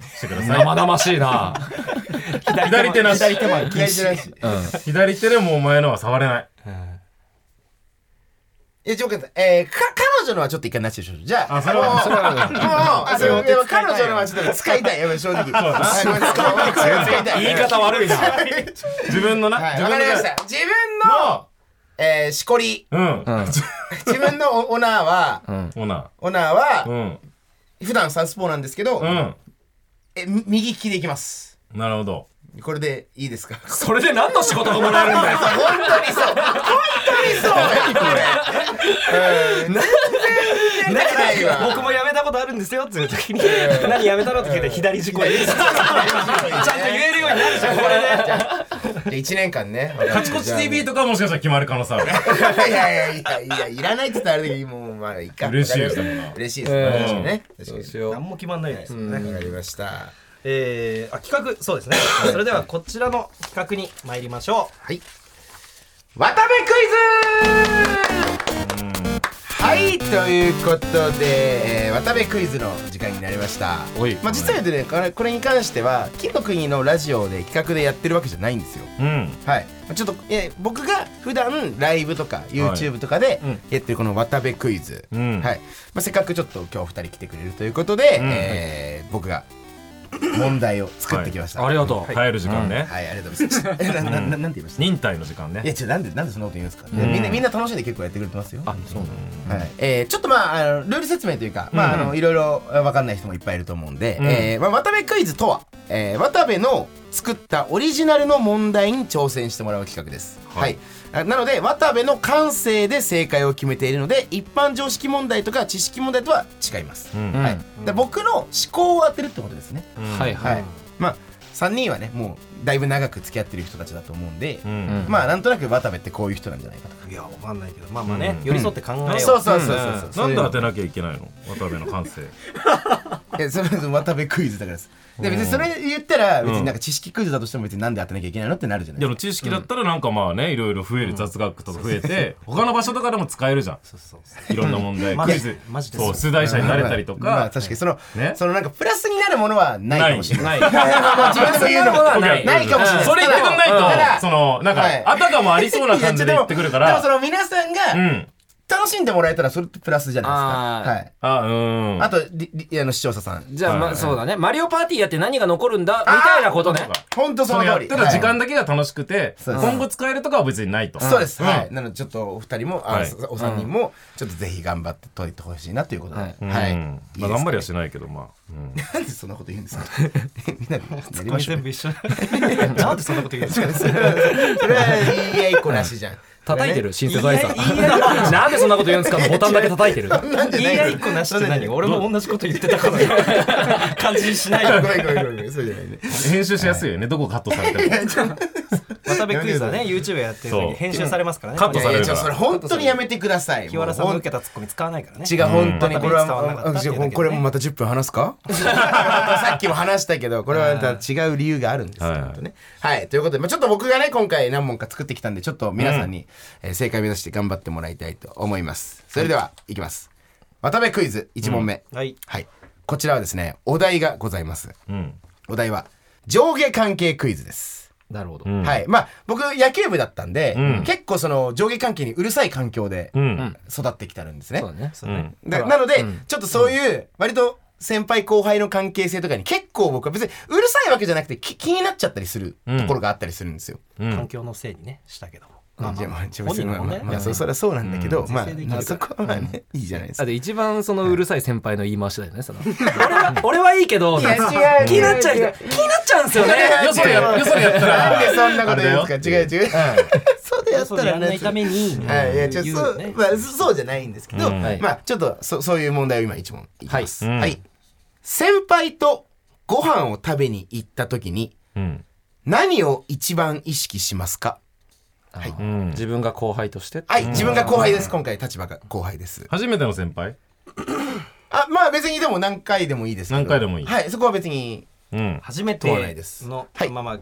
Speaker 5: してください
Speaker 4: 生々しい な、
Speaker 5: 左手なし
Speaker 2: 左手前禁
Speaker 3: 左手
Speaker 2: 止
Speaker 3: らしい
Speaker 4: うん
Speaker 5: 左手でもうお前のは触れない
Speaker 3: え、ちょ、待ってえー、か、彼女のはちょっと一回なしでしょ。じゃあ、
Speaker 5: あそれは
Speaker 3: もう、それは、もう、あ、それ
Speaker 5: それは
Speaker 3: 彼女のはちょっと使いたい。やばい、正直。そうだ使いたい。
Speaker 4: 言い方悪いな
Speaker 5: 自分のな
Speaker 3: はい、
Speaker 5: 自
Speaker 3: わか
Speaker 5: 分の
Speaker 3: りました。自分の、えー、しこり。
Speaker 5: うん
Speaker 4: うん
Speaker 3: 自分の オオナーは、
Speaker 5: ほな
Speaker 3: オナーは
Speaker 5: う、ん
Speaker 3: 普段サウスポーなんですけど
Speaker 5: う、ん
Speaker 3: え、み右利きでいきます。
Speaker 5: なるほど
Speaker 3: これでいいですか
Speaker 4: それで何の仕事がもらえるんだよ
Speaker 3: 本当にそう本当にそうよこれうん全然出てないわ
Speaker 2: 僕もやめたことあるんですよっていう時に何やめたのって聞いて左しこりちゃんと言えるようになるじゃんこれね
Speaker 3: じゃあ一年間ね
Speaker 5: カチコチ TV とかもしかしたら決まる可能性ある
Speaker 3: いやいやいやいやいらないって言ったらあれだけどもうまあいいか
Speaker 5: 嬉しいです
Speaker 3: わかりま
Speaker 5: ね
Speaker 3: た嬉しいですね確かにね確かに
Speaker 2: 何も決まんないですよね
Speaker 3: わかりました
Speaker 2: えー、あ企画そうですねそれではこちらの企画に参りましょう
Speaker 3: はい渡部クイズはいということで、えー渡部クイズの時間になりました
Speaker 5: おい
Speaker 3: まあ、実は言うとねこれこれに関しては金の国のラジオで企画でやってるわけじゃないんですよ
Speaker 5: うん
Speaker 3: はい、ちょっと、えー僕が普段ライブとか YouTube とかで
Speaker 5: うん
Speaker 3: やってるこの渡部クイズ、
Speaker 5: うん
Speaker 3: はいまあ、せっかくちょっと今日二人来てくれるということで、
Speaker 5: うん
Speaker 3: えー僕が問題を作ってきました、
Speaker 4: ありがとう。
Speaker 5: 帰る時間ね
Speaker 3: はい、ありがとうございます。えななななんて言いました。
Speaker 5: 忍耐の時間
Speaker 3: い
Speaker 5: ね
Speaker 3: や、ちょ、なんで、なんでそんなこと言うんですか。
Speaker 5: ん
Speaker 3: みんな、みんな楽しんで結構やってくれてますよ。は
Speaker 5: そう
Speaker 3: い、えーちょっと、まあ、あの、ルール説明というか、まあ、あ
Speaker 5: うん
Speaker 3: の、いろいろ、えわかんない人もいっぱいいると思うんで。
Speaker 5: うん
Speaker 3: えーまあ、渡部クイズとは、えー渡部の作ったオリジナルの問題に挑戦してもらう企画です。
Speaker 5: は
Speaker 3: はいい、あなので、渡部の感性で正解を決めているので、一般常識問題とか知識問題とは違います。
Speaker 5: うん
Speaker 3: はい、で、僕の思考を当てるってことですね。
Speaker 4: はいは
Speaker 3: はいい。、まあ、三人はね、もう、だいぶ長く付き合ってる人たちだと思うんで。
Speaker 5: うん
Speaker 3: まあなんとなく渡部ってこういう人なんじゃないかとか。
Speaker 2: いやわかんないけどまあまあね、
Speaker 5: うん
Speaker 2: 寄り添って考えよう、
Speaker 3: そうそうそうそうそう。
Speaker 5: なんで当て
Speaker 3: な
Speaker 5: なきゃいけないの渡辺の感性
Speaker 3: いやそれ渡部クイズだからです。で別にそれ言ったら別になんか知識クイズだとしても別になんで当てなきゃいけないのってなるじゃない
Speaker 5: で
Speaker 3: です
Speaker 5: も
Speaker 3: か。
Speaker 5: 知識だったらなんかまあねいろいろ増える雑学とか増えて他の場所とかでも使えるじゃん
Speaker 2: そうそうそう
Speaker 5: いろんな問 題
Speaker 2: マ
Speaker 5: ク
Speaker 2: ジ
Speaker 5: イズ
Speaker 2: マジで
Speaker 5: そう
Speaker 2: そ
Speaker 5: 出題者になれたりと
Speaker 3: まあ
Speaker 5: か
Speaker 3: 確かにその
Speaker 5: ね
Speaker 3: そのなんかプラスになるものはないかもしれない。
Speaker 4: な い。自 分で言うのはない。
Speaker 3: ないかもしれない。
Speaker 5: それ言ってくんないと
Speaker 3: ただ
Speaker 5: そのなん
Speaker 3: はい
Speaker 5: かあたかもありそうな感じで言ってくるか
Speaker 3: いやで
Speaker 5: ら
Speaker 3: もでもその皆さん
Speaker 5: う
Speaker 3: が
Speaker 5: ん
Speaker 3: 楽しんでもらえたらそれってプラスじゃないですか。はい。
Speaker 5: あうん
Speaker 3: あとりりあの視聴者さん。
Speaker 4: じゃあ、
Speaker 5: は
Speaker 4: ま、
Speaker 5: い
Speaker 4: そうだね。マリオパーティーやって何が残るんだみたいなことね。
Speaker 3: 本当
Speaker 5: そ
Speaker 3: その
Speaker 5: のや
Speaker 3: 通
Speaker 5: っ
Speaker 3: り。
Speaker 5: たら時間
Speaker 3: だ。
Speaker 5: だけが楽しくて
Speaker 3: そうです
Speaker 5: 今後使えるとかは別にないと
Speaker 3: そうです。
Speaker 5: ん
Speaker 3: はい。なのでちょっとお二人もあ
Speaker 5: はい
Speaker 3: お三人もちょっとぜひ頑張って解いてほしいなということで。は
Speaker 5: うん
Speaker 3: い。
Speaker 5: まあ頑張りはしないけどまあうん
Speaker 3: なんでそんなこと言うんですか みんなでやりましょう
Speaker 2: 全部一緒 なんでそんなこと言うんですか
Speaker 3: それは言い合いこなし じゃん
Speaker 4: 叩いてる、シンセサイザー。なんでそんなこと言うんですかボタンだけ叩いてる。
Speaker 3: なんで
Speaker 2: 言い合いっこなしって何俺も同じこと言ってたから 感じしない
Speaker 3: ごめんごめんごめんそうじゃないね
Speaker 5: 編集しやすいよねどこカットされても
Speaker 2: 渡部クイズはね YouTube やってる
Speaker 5: そう
Speaker 2: 時編集されますからね
Speaker 5: カット
Speaker 3: い
Speaker 5: さ
Speaker 3: やい
Speaker 5: れ
Speaker 3: や
Speaker 5: る
Speaker 3: ち
Speaker 5: か
Speaker 3: ょ
Speaker 5: ら
Speaker 3: それ本当にやめてください
Speaker 2: 清原さん
Speaker 3: も
Speaker 2: の
Speaker 3: う
Speaker 2: 受けたツッコミ使わないからね
Speaker 3: 違う本当に
Speaker 2: うん
Speaker 3: これは
Speaker 2: 伝わんなかったっていうだけで
Speaker 3: あ
Speaker 2: ね
Speaker 3: これもまた10分話すか さっきも話したけどこれはまた違う理由があるんですよ
Speaker 5: はい
Speaker 3: 本当ねはいということでまあちょっと僕がね今回何問か作ってきたんでちょっと皆さんにえー正解目指して頑張ってもらいたいと思いますそれではいきます渡部クイズ1問目
Speaker 2: はい
Speaker 3: はいこちらはですねお題がございます
Speaker 5: うん
Speaker 3: お題は上下関係クイズです。
Speaker 4: なるほど。
Speaker 5: うん
Speaker 3: はい。まあ、僕、野球部だったんで、
Speaker 5: ん
Speaker 3: 結構その上下関係にうるさい環境で
Speaker 5: うん
Speaker 3: 育ってきたんですね。
Speaker 4: そうだね。
Speaker 5: うん
Speaker 3: だなので、ちょっとそういう、割と先輩後輩の関係性とかに結構僕は別にうるさいわけじゃなくてき気になっちゃったりする
Speaker 5: うん
Speaker 3: ところがあったりするんですよ。
Speaker 5: うん
Speaker 2: 環境のせいにねしたけどまあ
Speaker 3: まあ
Speaker 2: まあまあ
Speaker 3: 自
Speaker 2: 本
Speaker 3: 分
Speaker 2: 人
Speaker 3: ま
Speaker 2: も
Speaker 3: あ
Speaker 2: ね
Speaker 3: まあ、そそりゃそうなんだけど、まあ
Speaker 2: 是正できる
Speaker 3: まあ、そこはまあね、いいじゃないです
Speaker 4: あ
Speaker 3: か。
Speaker 4: で一番そのうるさい先輩の言い回しだよね、その。俺は、俺はいいけど、気に
Speaker 3: や
Speaker 4: なっ
Speaker 3: 違う
Speaker 4: ちゃう人、気になっちゃうんですよね。
Speaker 5: よそやよそやったら
Speaker 3: なんでそんなこと言うん
Speaker 5: あれ
Speaker 3: ですか
Speaker 5: だ
Speaker 3: 違
Speaker 5: よ
Speaker 3: う違う。 そうでやっ
Speaker 2: そ
Speaker 3: た
Speaker 2: うや
Speaker 3: ら
Speaker 2: んない
Speaker 3: ね。
Speaker 2: ために
Speaker 3: はい、いや、ちょ、
Speaker 2: 言
Speaker 3: そうう
Speaker 2: ね、
Speaker 3: まあ、そそうじゃないんですけど、
Speaker 5: うん
Speaker 4: はい
Speaker 3: まあ、ちょっと、そ、そういう問題を今一問いきます。
Speaker 5: は
Speaker 3: はいい。
Speaker 5: うん
Speaker 3: 先輩とご飯を食べに行った時に、
Speaker 5: うん
Speaker 3: 何を一番意識しますか。はい。
Speaker 5: うん
Speaker 4: 自分が後輩として。
Speaker 3: はい、自分が後輩です。今回立場が後輩です。
Speaker 5: 初めての先輩
Speaker 3: あ、まあ、別にでも、何回でもいいですけど。
Speaker 5: 何回でもいい
Speaker 3: はい、そこは別に。
Speaker 5: うん
Speaker 2: 初め
Speaker 3: 問わない
Speaker 2: て
Speaker 3: です
Speaker 2: の
Speaker 3: はい
Speaker 2: まあまあ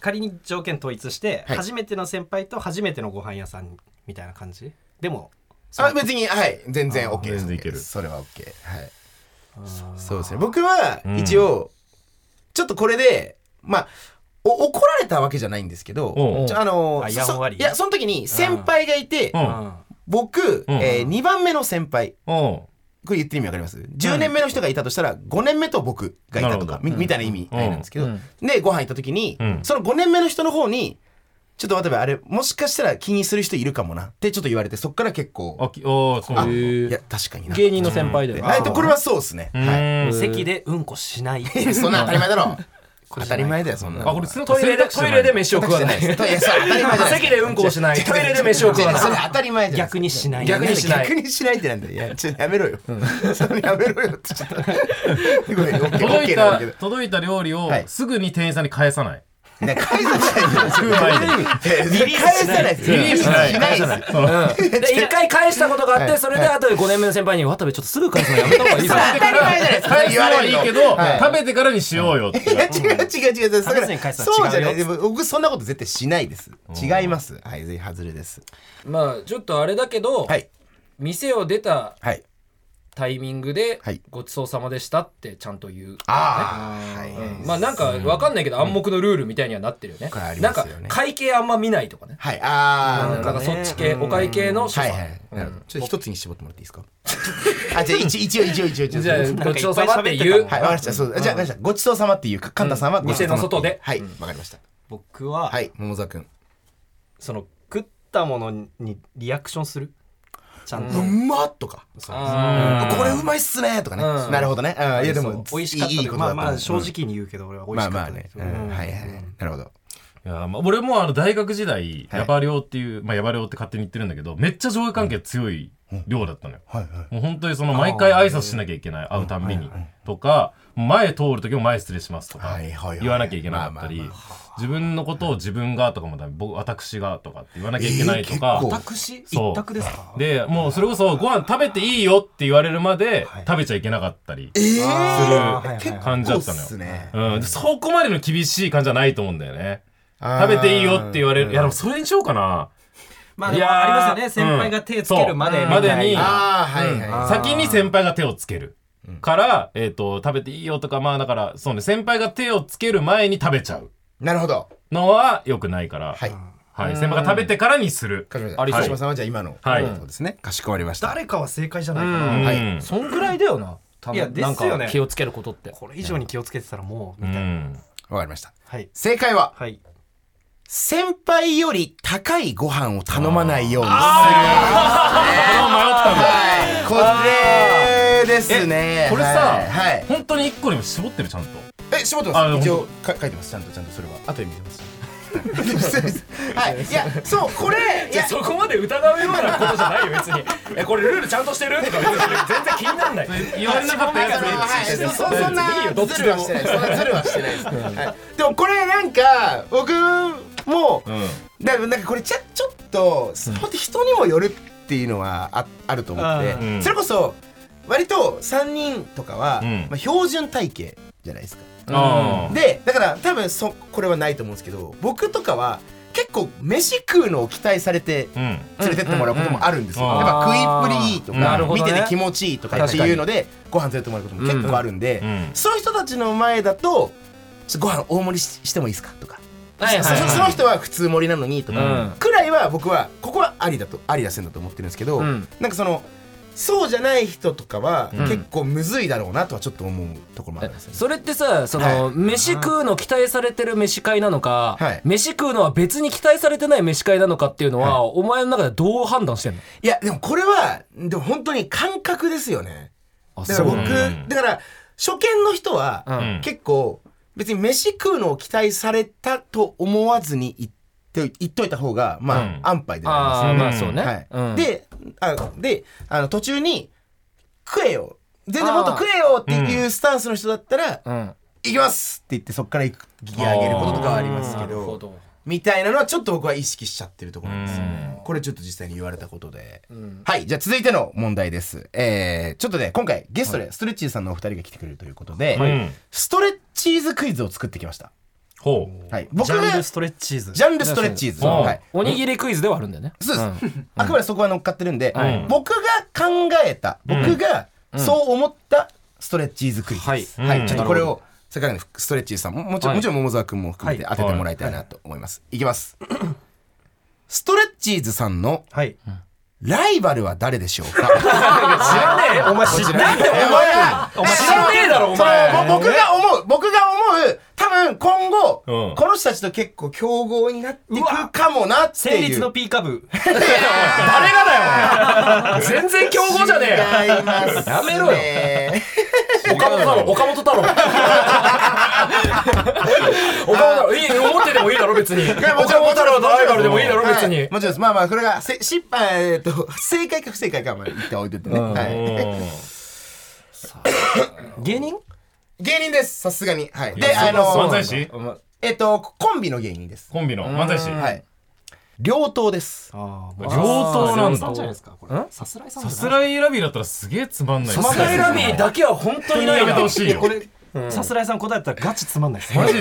Speaker 2: 仮に条件統一して
Speaker 3: はい
Speaker 2: 初めての先輩と初めてのご飯屋さんみたいな感じでも
Speaker 3: あ、別に、はい、全然オッケーです。
Speaker 5: 全然いけ
Speaker 3: OK
Speaker 5: る
Speaker 3: ですそれはオッケー。はい。そうですね。僕は一応、ちょっとこれで、まあ、お怒られたわけじゃないんですけ
Speaker 5: お
Speaker 3: ど
Speaker 5: う、
Speaker 3: ちょあの
Speaker 2: あ
Speaker 3: そ
Speaker 2: やんわり
Speaker 3: いや、その時に先輩がいて
Speaker 5: う、
Speaker 2: うんん
Speaker 3: 僕、
Speaker 5: うん
Speaker 3: え2番目の先輩、
Speaker 5: うん
Speaker 3: これ言ってる意味わかります ?10 年目の人がいたとしたら、5年目と僕がいたと
Speaker 5: なる
Speaker 3: か
Speaker 5: ほ、
Speaker 3: みみたいな意味合いなんですけ
Speaker 4: う
Speaker 3: ど
Speaker 4: ん、
Speaker 3: で、ご飯行った時に
Speaker 5: うん、
Speaker 3: その5年目の人の方に、ちょっと例えばあれ、もしかしたら気にする人いるかもなってちょっと言われて、そっから結構、
Speaker 5: あきおーそうなんだ
Speaker 3: いや、確かにな。
Speaker 4: 芸人の先輩だよ。
Speaker 3: はい、とこれはそうですね。
Speaker 5: う
Speaker 3: はい。
Speaker 5: ーん
Speaker 2: 席でうんこ しない
Speaker 3: そんな当たり前だろ。
Speaker 2: これ
Speaker 3: 当
Speaker 2: じ
Speaker 3: た
Speaker 2: ゃない
Speaker 3: り前だよ、そんなの。
Speaker 5: あこれ
Speaker 4: トイレで、トイレで飯を
Speaker 3: 私
Speaker 4: 食わ
Speaker 3: じゃ
Speaker 4: な
Speaker 3: ない
Speaker 4: い。
Speaker 3: です。いやそれ当たり前じゃない
Speaker 4: 席でうんこをしない。トイレで飯を食わ
Speaker 3: いやそれ
Speaker 4: ない。
Speaker 3: 当たり前じゃない
Speaker 2: 逆にしない
Speaker 4: 逆にしない
Speaker 3: 逆にしないってなんだよ。いや、ちょっとやめろよ。それやめろよってちょっと。ごめん、オッケー、オッ
Speaker 5: 届
Speaker 3: ケ
Speaker 5: い
Speaker 3: ーなんだ
Speaker 5: た
Speaker 3: けど。
Speaker 5: 届いた料理を
Speaker 3: はい
Speaker 5: すぐに店員さんに返さない
Speaker 3: ね返さ ないですよ。
Speaker 1: リリース
Speaker 3: 返
Speaker 1: し
Speaker 3: さ
Speaker 1: な
Speaker 3: ないいですよ。
Speaker 5: リリースしない
Speaker 3: しないです。
Speaker 8: うんで一回返したことがあって、それで後で5年目の先輩に、渡部ちょっとすぐ返すのやめた方がいいぞ。
Speaker 3: 当たり前じゃないですか。
Speaker 5: 返すのはいいけど、
Speaker 3: はい
Speaker 5: 食べてからにしようよって。
Speaker 3: いや違う違う違うだから
Speaker 2: 試しに返すのは
Speaker 3: そうじゃ
Speaker 2: 違う
Speaker 3: な
Speaker 2: よ
Speaker 3: いでも僕そんなこと絶対しないです違いますはい全員外れです
Speaker 4: まあちょっとあれだけど、
Speaker 3: はい
Speaker 4: 店を出た
Speaker 3: はい
Speaker 4: タイミングで
Speaker 3: はい
Speaker 4: ごちそうさまでしたってちゃんと言う。
Speaker 3: ああはい
Speaker 4: まあなんかわかんないけど暗黙のルールみたいにはなってるよね。
Speaker 3: これあり
Speaker 4: なん
Speaker 3: ますよ
Speaker 4: か
Speaker 3: ね
Speaker 4: 会計あんま見ないとかね。
Speaker 3: はいあ
Speaker 4: なん
Speaker 3: あ
Speaker 4: かそっち系、お会計の所
Speaker 3: はい
Speaker 4: 作。
Speaker 3: はいなるほどちょっと一つに絞ってもらっていいですか あじゃあ一一応一応一応一応
Speaker 4: じゃあごちそうさまって言う。
Speaker 3: はい、わかりました。そう、じゃあ、わかりました。ごちそうさまっていうか、神田さんはごちそうさまっていう
Speaker 4: 店の外で
Speaker 3: はい、わかりました。
Speaker 2: 僕は、
Speaker 3: はい、桃沢くん。
Speaker 2: その食ったものにリアクションするちゃんと、
Speaker 3: うまっとか。
Speaker 4: あ
Speaker 3: これうまいっすねとかね。
Speaker 4: うん
Speaker 3: なるほどね。うんいや、で
Speaker 2: そう
Speaker 3: も、
Speaker 2: 美味しかった
Speaker 3: い
Speaker 2: とか
Speaker 3: いいいこと
Speaker 2: ま
Speaker 3: だ
Speaker 2: あ
Speaker 3: と思う
Speaker 2: まあ正直に言うけど俺は美味
Speaker 3: ま
Speaker 2: し
Speaker 3: あ
Speaker 2: か
Speaker 3: ま
Speaker 2: っ
Speaker 3: あ
Speaker 2: たで
Speaker 3: ね。
Speaker 2: す、
Speaker 3: うんはいはい。なるほど。
Speaker 5: いやまあ、俺もあの大学時代、ヤバ寮っていう、まあ、ヤバ寮って勝手に言ってるんだけどめっちゃ上下関係強い寮だったのよ、もう本当にその毎回挨拶しなきゃいけない会うたんびにとか前通る時も前失礼しますとか
Speaker 3: はいはいはい
Speaker 5: 言わなきゃいけなかったり
Speaker 3: まあ
Speaker 5: 自分のことを自分がとかもダメ僕私がとかって言わなきゃいけないとか
Speaker 3: えー、結構
Speaker 2: 私
Speaker 5: そう
Speaker 2: 一択ですか
Speaker 5: でもうそれこそご飯食べていいよって言われるまで食べちゃいけなかったりする感じだったのよ
Speaker 3: そうっすね。
Speaker 5: うん、でそこまでの厳しい感じはないと思うんだよね。食べていいよって言われる。いや、でもそれにしようかな。
Speaker 2: まあ
Speaker 5: い
Speaker 2: でも
Speaker 5: やー
Speaker 2: ありますよね先輩が手つけるまで
Speaker 5: そうまでに
Speaker 2: みたいな
Speaker 3: ああ、はいはい。
Speaker 5: 先に先輩が手をつける。から、えっ、と、食べていいよとか、まあだから、そうね、先輩が手をつける前に食べちゃう
Speaker 3: なるほど。
Speaker 5: のは良くないから。
Speaker 3: はい。
Speaker 5: はい。先輩が食べてからにする。
Speaker 3: かしこまりました。
Speaker 5: ありそ
Speaker 3: 川島
Speaker 5: う
Speaker 3: さんはじゃあ今の。
Speaker 5: はい
Speaker 3: そうですね。かしこまりました。
Speaker 2: 誰かは正解じゃないかな、
Speaker 5: うん
Speaker 3: はい
Speaker 5: うん
Speaker 4: そんぐらいだよな。多分
Speaker 2: いやですよね
Speaker 4: なんか気をつけることって。
Speaker 2: これ以上に気をつけてたらもう、
Speaker 5: う。
Speaker 2: みたいなん
Speaker 3: わかりました。
Speaker 2: はい
Speaker 3: 正解は、
Speaker 2: はい
Speaker 3: 先輩より高いご飯を頼まないようにする。
Speaker 5: あ迷ったんだ。
Speaker 3: はい。これですね。
Speaker 5: これさ、
Speaker 3: はいはい。
Speaker 5: 本当に一個にも絞ってる、ちゃんと。
Speaker 3: え、絞って
Speaker 5: あ
Speaker 3: ま
Speaker 5: の
Speaker 3: す。一応か書いてます。ちゃんとちゃんとそれは後で見てます。はい。 いや、そうこれい や
Speaker 4: そこまで疑うようなことじゃないよ別にえこれルールちゃんとしてるとか別に全然気になんない
Speaker 5: 言われなかったやつ
Speaker 3: はいそそんな
Speaker 4: どっ
Speaker 3: ズ
Speaker 4: ち
Speaker 3: ル
Speaker 4: で
Speaker 3: は
Speaker 4: も
Speaker 3: してないです。そんなズルはしてないです。はいでもこれなんか僕もだなんかこれちょちょっと本当人にもよるっていうのはああると思って
Speaker 2: あ
Speaker 5: ーう
Speaker 3: て、
Speaker 5: ん
Speaker 3: それこそ割と三人とかは
Speaker 5: うん
Speaker 3: まあ標準体型じゃないですか。
Speaker 5: うん。で、
Speaker 3: でだから多分そこれはないと思うんですけど僕とかは結構飯食うのを期待されて
Speaker 5: うん。
Speaker 3: 連れてってもらうこともあるんですよ、
Speaker 5: うんうんうん
Speaker 3: やっぱ食いっぷりいいと
Speaker 5: あーな
Speaker 3: か、
Speaker 5: る
Speaker 4: ほ
Speaker 3: 見
Speaker 4: どね
Speaker 3: てて気持ちいいとかっていうのでご飯連れてもらうことも結構あるんで、
Speaker 5: うん。
Speaker 3: そういう人たちの前だと「ちょっとご飯大盛りししてもいいですか?」とか、
Speaker 4: はい
Speaker 3: そその人は普通盛りなのにとか、
Speaker 5: うん
Speaker 3: くらいは僕はここはありだとありだせんだと思ってるんですけど、
Speaker 4: ん
Speaker 3: なんかそのそうじゃない人とかは
Speaker 4: ん
Speaker 3: 結構むずいだろうなとはちょっと思うところもあるんですよね。
Speaker 4: それってさその、
Speaker 3: は
Speaker 4: 飯食うの期待されてる飯会なのか、
Speaker 3: はい
Speaker 4: 飯食うのは別に期待されてない飯会なのかっていうのは、お前の中でどう判断してんの
Speaker 3: いやでもこれはでも本当に感覚ですよね。
Speaker 4: あ
Speaker 3: だから僕、
Speaker 5: うん
Speaker 3: だから初見の人は、
Speaker 5: ん
Speaker 3: 結構別に飯食うのを期待されたと思わずに言って言っといた方がまあ、
Speaker 5: うん
Speaker 3: 安牌であ
Speaker 4: ああ
Speaker 5: うん
Speaker 4: まあそう
Speaker 5: ー
Speaker 3: り
Speaker 4: ね、
Speaker 3: ます、
Speaker 4: う
Speaker 3: はい
Speaker 4: ん、
Speaker 3: であであの途中に「食えよ全然もっと食えよ」っていうスタンスの人だったら「
Speaker 4: うん、
Speaker 3: 行きます!」って言ってそっから行くギア上げることとかはありますけ
Speaker 4: なる
Speaker 3: ど
Speaker 4: ほど、
Speaker 3: みたいなのはちょっと僕は意識しちゃってるところなんですよね。これちょっと実際に言われたことで。はい、じゃあ続いての問題です。えー、ちょっとね、今回ゲストでストレッチーズさんのお二人が来てくれるということで、
Speaker 5: うん
Speaker 3: ストレッチーズクイズを作ってきました。
Speaker 5: ほう。
Speaker 3: はい、僕
Speaker 2: ジャン
Speaker 3: が
Speaker 2: ルストレッチーズ
Speaker 3: ジャンルストレッチーズ。
Speaker 5: そう
Speaker 3: はい。
Speaker 4: おにぎりクイズではあるんだよね
Speaker 3: そうです。 あくまでそこは乗っかってるんで、
Speaker 5: ん
Speaker 3: 僕が考えた、僕がそう思ったストレッチーズクイズです。
Speaker 5: はい
Speaker 3: はい、
Speaker 5: うん
Speaker 3: ちょっとこれを、せっかくなんでストレッチーズさんも、もちろん、
Speaker 4: はい
Speaker 3: もちろん桃沢君も含めて当ててもらいたいなと思います。いきます。 ストレッチーズさんの
Speaker 2: はい
Speaker 3: ライバルは誰でしょうか知らねえお前知らねえお前お前
Speaker 4: 知らねえだろお前
Speaker 3: 僕が思う僕が思う多分今後、
Speaker 5: うん
Speaker 3: この人たちと結構競合になっていくかもなっていう
Speaker 2: 成立の P 株
Speaker 4: 誰がだよお前全然競合じゃねえよ
Speaker 3: 違います
Speaker 4: やめろ
Speaker 3: よ
Speaker 4: 岡本太郎 岡本太郎岡本太郎いい思っててもいいだろ別に岡本太郎のライバルでもいいだろ別に、
Speaker 3: はいもちろんですまあまあこれがせ失敗えーっと正解か不正解かはまあ一旦置いといてね、はい、
Speaker 2: 芸人
Speaker 3: 芸人ですさすがにはい
Speaker 5: で、
Speaker 3: で
Speaker 5: あ
Speaker 3: あ
Speaker 5: の
Speaker 3: の
Speaker 5: 漫才師
Speaker 4: お前
Speaker 3: えっと、コンビの芸人です。
Speaker 5: コンビの漫才師。
Speaker 3: はい。両党です。
Speaker 2: あー
Speaker 5: 両党なん
Speaker 2: さすらいさんじゃない
Speaker 5: だ
Speaker 2: で。すかこれさすらいさんじゃ
Speaker 5: さ
Speaker 2: ない
Speaker 5: すらい選びだったらすげえつまんないですね。
Speaker 4: マサイラビーだけは本当にない
Speaker 5: やめ
Speaker 4: な
Speaker 5: てほしいよ。
Speaker 2: これ、さすらいさん答えたらガチつまんないです
Speaker 5: マジで。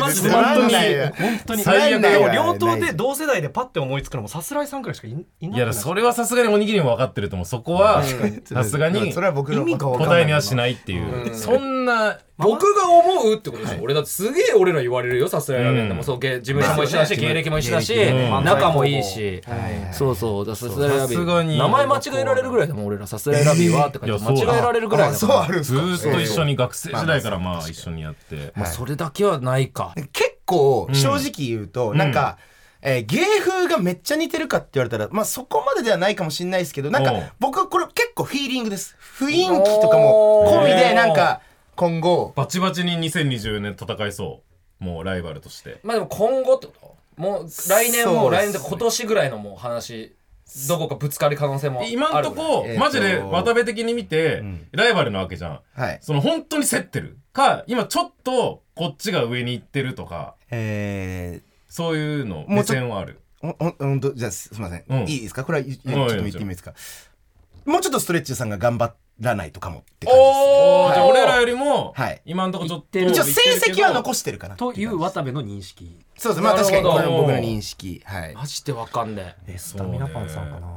Speaker 3: マジで
Speaker 5: 本当
Speaker 2: 本当に
Speaker 5: 最悪
Speaker 2: でも
Speaker 5: い
Speaker 2: 両党で同世代でパッて思いつくのもさすらいさんくらいしかいい
Speaker 5: に。
Speaker 2: ないい
Speaker 5: や、それはさすがにおにぎりも分かってると思う。そこは、さすがに
Speaker 3: それは僕の
Speaker 5: 答えにはし
Speaker 3: い。
Speaker 5: ないっていう。そんな、
Speaker 4: 僕が思うってことでしょ、俺だってすげえ俺ら言われるよさすらいラビーで
Speaker 5: う
Speaker 4: も
Speaker 5: ん
Speaker 4: そう芸事務所も一緒だし
Speaker 3: ですよね
Speaker 4: 芸歴も一緒だし、
Speaker 3: 芸歴
Speaker 5: もね
Speaker 4: 仲もいいし、
Speaker 3: はい
Speaker 4: そうそうださすらいラ
Speaker 5: さ
Speaker 4: ビ
Speaker 5: すが
Speaker 4: ー
Speaker 5: に。
Speaker 4: 名前間違えられるぐらいだもん俺らさすらいラビーはって感じ
Speaker 5: いやそうだ
Speaker 4: 間違えられるぐらい
Speaker 3: あ
Speaker 4: だ
Speaker 3: そ
Speaker 4: か
Speaker 3: う
Speaker 4: ら
Speaker 3: あるんす
Speaker 5: ず
Speaker 3: か
Speaker 5: ーっと一緒に学生時代からまあ一緒にやって。
Speaker 4: まあそれだけはないか、
Speaker 3: 結構正直言うと、
Speaker 5: ん
Speaker 3: なんか、えー芸風がめっちゃ似てるかって言われたら、まあ、そこまでではないかもしれないですけどなん
Speaker 5: おう
Speaker 3: か僕はこれ結構フィーリングです雰囲気とかも込みでなんか今後
Speaker 5: バチバチに2020年戦いそう。もうライバルとして。
Speaker 4: まあでも今後ってこともう来年も
Speaker 3: そううです
Speaker 4: 来年で今年ぐらいのもう話どこかぶつかる可能性もある
Speaker 5: 今んとこ
Speaker 3: えー、と
Speaker 5: マジで渡部的に見て、ライバルなわけじゃん。
Speaker 3: はい
Speaker 5: その本当に競ってる。か、今ちょっとこっちが上に行ってるとか、
Speaker 3: え
Speaker 5: そういうの、
Speaker 3: も
Speaker 5: 目
Speaker 3: うちょ
Speaker 5: 線はある。
Speaker 3: ー、おおほんとじゃあすすいません、
Speaker 5: うん
Speaker 3: いいですかこれはちょっと
Speaker 5: う
Speaker 3: 言
Speaker 5: ん
Speaker 3: ってみていいですかもうちょっとストレッチーさんが頑張らないとかもって感じです
Speaker 5: お
Speaker 4: お
Speaker 5: ー
Speaker 4: ー
Speaker 5: じゃあ俺らよりも
Speaker 3: はい、
Speaker 5: 今んとこちょっと。
Speaker 2: 言って
Speaker 3: 一
Speaker 2: る
Speaker 3: 応成績は
Speaker 5: っ
Speaker 3: 残してるかな
Speaker 2: という渡部の認識
Speaker 3: そうですまあ確かに
Speaker 4: なる
Speaker 3: こ
Speaker 4: ほ
Speaker 3: れ
Speaker 4: ど
Speaker 3: は僕の認識はい
Speaker 4: マジでわかんねえ
Speaker 2: えスタミナパンさんかな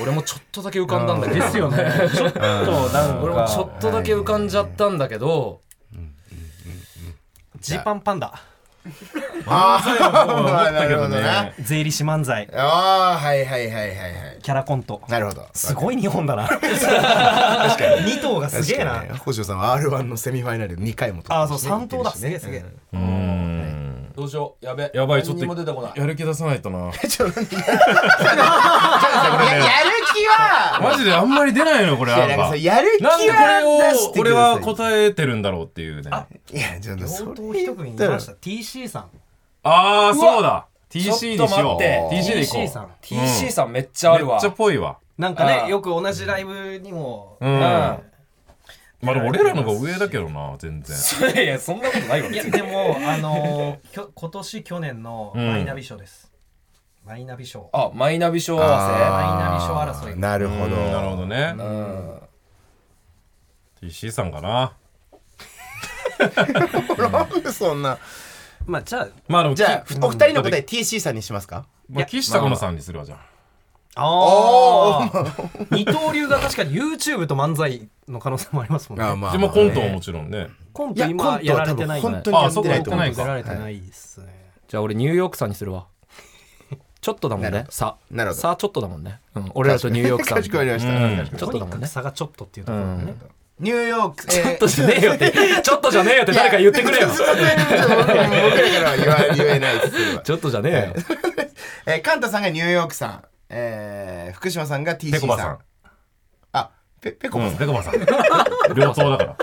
Speaker 4: 俺もちょっとだけ浮かんだんだけど
Speaker 2: ですよ ねちょっとなん
Speaker 4: 俺も
Speaker 2: か
Speaker 4: ちょっとだけ浮かんじゃったんだけど、
Speaker 2: ジーパンパンダ
Speaker 3: あ
Speaker 5: て思ったけど
Speaker 3: なるほど
Speaker 5: ね
Speaker 3: ね。
Speaker 2: 税理士漫才
Speaker 3: ああはいはいはいはいはい
Speaker 2: キャラコント
Speaker 3: なるほど
Speaker 2: すごい日本だな確かに2頭がすげえな
Speaker 3: 確かにね星野さんは R1 のセミファイナルで2回も取
Speaker 2: あ
Speaker 3: っ
Speaker 2: あ
Speaker 3: て
Speaker 2: そ
Speaker 3: る
Speaker 2: う
Speaker 3: しね
Speaker 2: 3頭だすげえ
Speaker 3: 言
Speaker 2: すげえ
Speaker 5: うーん。
Speaker 4: どうしようやべ
Speaker 5: やばい、ちょっ
Speaker 4: 何にも出てこない
Speaker 5: と、やる気出さないとな。
Speaker 3: ってるしねちょっと待ってちょっと待ってややる気は
Speaker 5: マジであんまり出ないのよ、これ。
Speaker 3: いやなんか
Speaker 5: なん
Speaker 3: そ
Speaker 5: か
Speaker 3: うやる気
Speaker 5: なんでこ
Speaker 3: は
Speaker 5: れ
Speaker 3: 出し
Speaker 5: を、
Speaker 3: て
Speaker 5: こ
Speaker 3: く
Speaker 5: れ
Speaker 3: ださい
Speaker 5: は答えてるんだろうっていうね。あ
Speaker 3: いやちょっとそ
Speaker 2: 相
Speaker 3: れ
Speaker 2: 当一組にいました TC さん
Speaker 5: あー、そうだ。TC
Speaker 4: ちょ
Speaker 5: に
Speaker 4: っと
Speaker 5: しよ
Speaker 4: 待
Speaker 5: う。
Speaker 4: って
Speaker 5: TC でいこう。め
Speaker 2: TC
Speaker 5: っ
Speaker 2: さん
Speaker 4: TC さんめっちゃあるわ
Speaker 5: ちゃぽいわ。
Speaker 2: なんか
Speaker 4: あー
Speaker 2: ねよく同じライブにも
Speaker 5: うん。まあでも俺らの方が上だけどな、全然。
Speaker 4: いやいやそんなことないわ
Speaker 2: いや
Speaker 4: 別に
Speaker 2: でもあのーき ょ今年去年の
Speaker 5: うん
Speaker 2: マイナビ賞です、マイナビ賞
Speaker 4: あマイナビ賞合
Speaker 3: あ
Speaker 4: わ
Speaker 2: マイナビ賞争い
Speaker 3: なる
Speaker 5: うん
Speaker 3: ほど
Speaker 5: なるほどね。
Speaker 4: せうん
Speaker 5: TC さんかな。
Speaker 3: なんでそんな
Speaker 2: まあじゃあ
Speaker 5: まあでも、
Speaker 3: じゃ
Speaker 5: き
Speaker 3: あお二人の答え TC さんにしますか
Speaker 5: まあ、岸田子野さんにするわ、じゃあ。
Speaker 2: あー 二刀流が確かに YouTube と漫才の可能性もありますもんね
Speaker 3: ま
Speaker 5: でもコントももちろんね。
Speaker 2: コン
Speaker 3: い
Speaker 2: ト
Speaker 3: やコ
Speaker 2: 今
Speaker 3: ント
Speaker 2: や
Speaker 3: は多
Speaker 2: られて
Speaker 3: 分
Speaker 2: ない
Speaker 3: 本
Speaker 2: ね
Speaker 3: 当にやってないと
Speaker 5: あ
Speaker 3: 思
Speaker 5: そううか
Speaker 2: やられてないですね、
Speaker 4: じゃあ俺ニューヨークさんにするわちょっとだもんねさ
Speaker 3: なるほど
Speaker 4: さちょっとだもんねうん俺らとニューヨークさん
Speaker 3: かしこまりました
Speaker 5: うん
Speaker 4: ちょっ
Speaker 2: と
Speaker 4: と
Speaker 2: にか
Speaker 4: だもん
Speaker 2: く
Speaker 4: ね
Speaker 2: 差がちょっとっていうところもね、
Speaker 3: ニューヨークちょ
Speaker 4: ちょっとじゃねえよってちょっとじゃねえよって誰か言ってくれよ
Speaker 3: 僕ら からは言わ言えないですけど
Speaker 4: ちょっとじゃねえよ
Speaker 3: えー、カンタさんがニューヨークさん、えー、福島さんが TC さ
Speaker 5: ペ
Speaker 3: ん
Speaker 5: コバさん。
Speaker 3: あペペコ
Speaker 5: う
Speaker 3: バ
Speaker 5: ん、
Speaker 3: さん
Speaker 5: ペコバさん。両党 だから。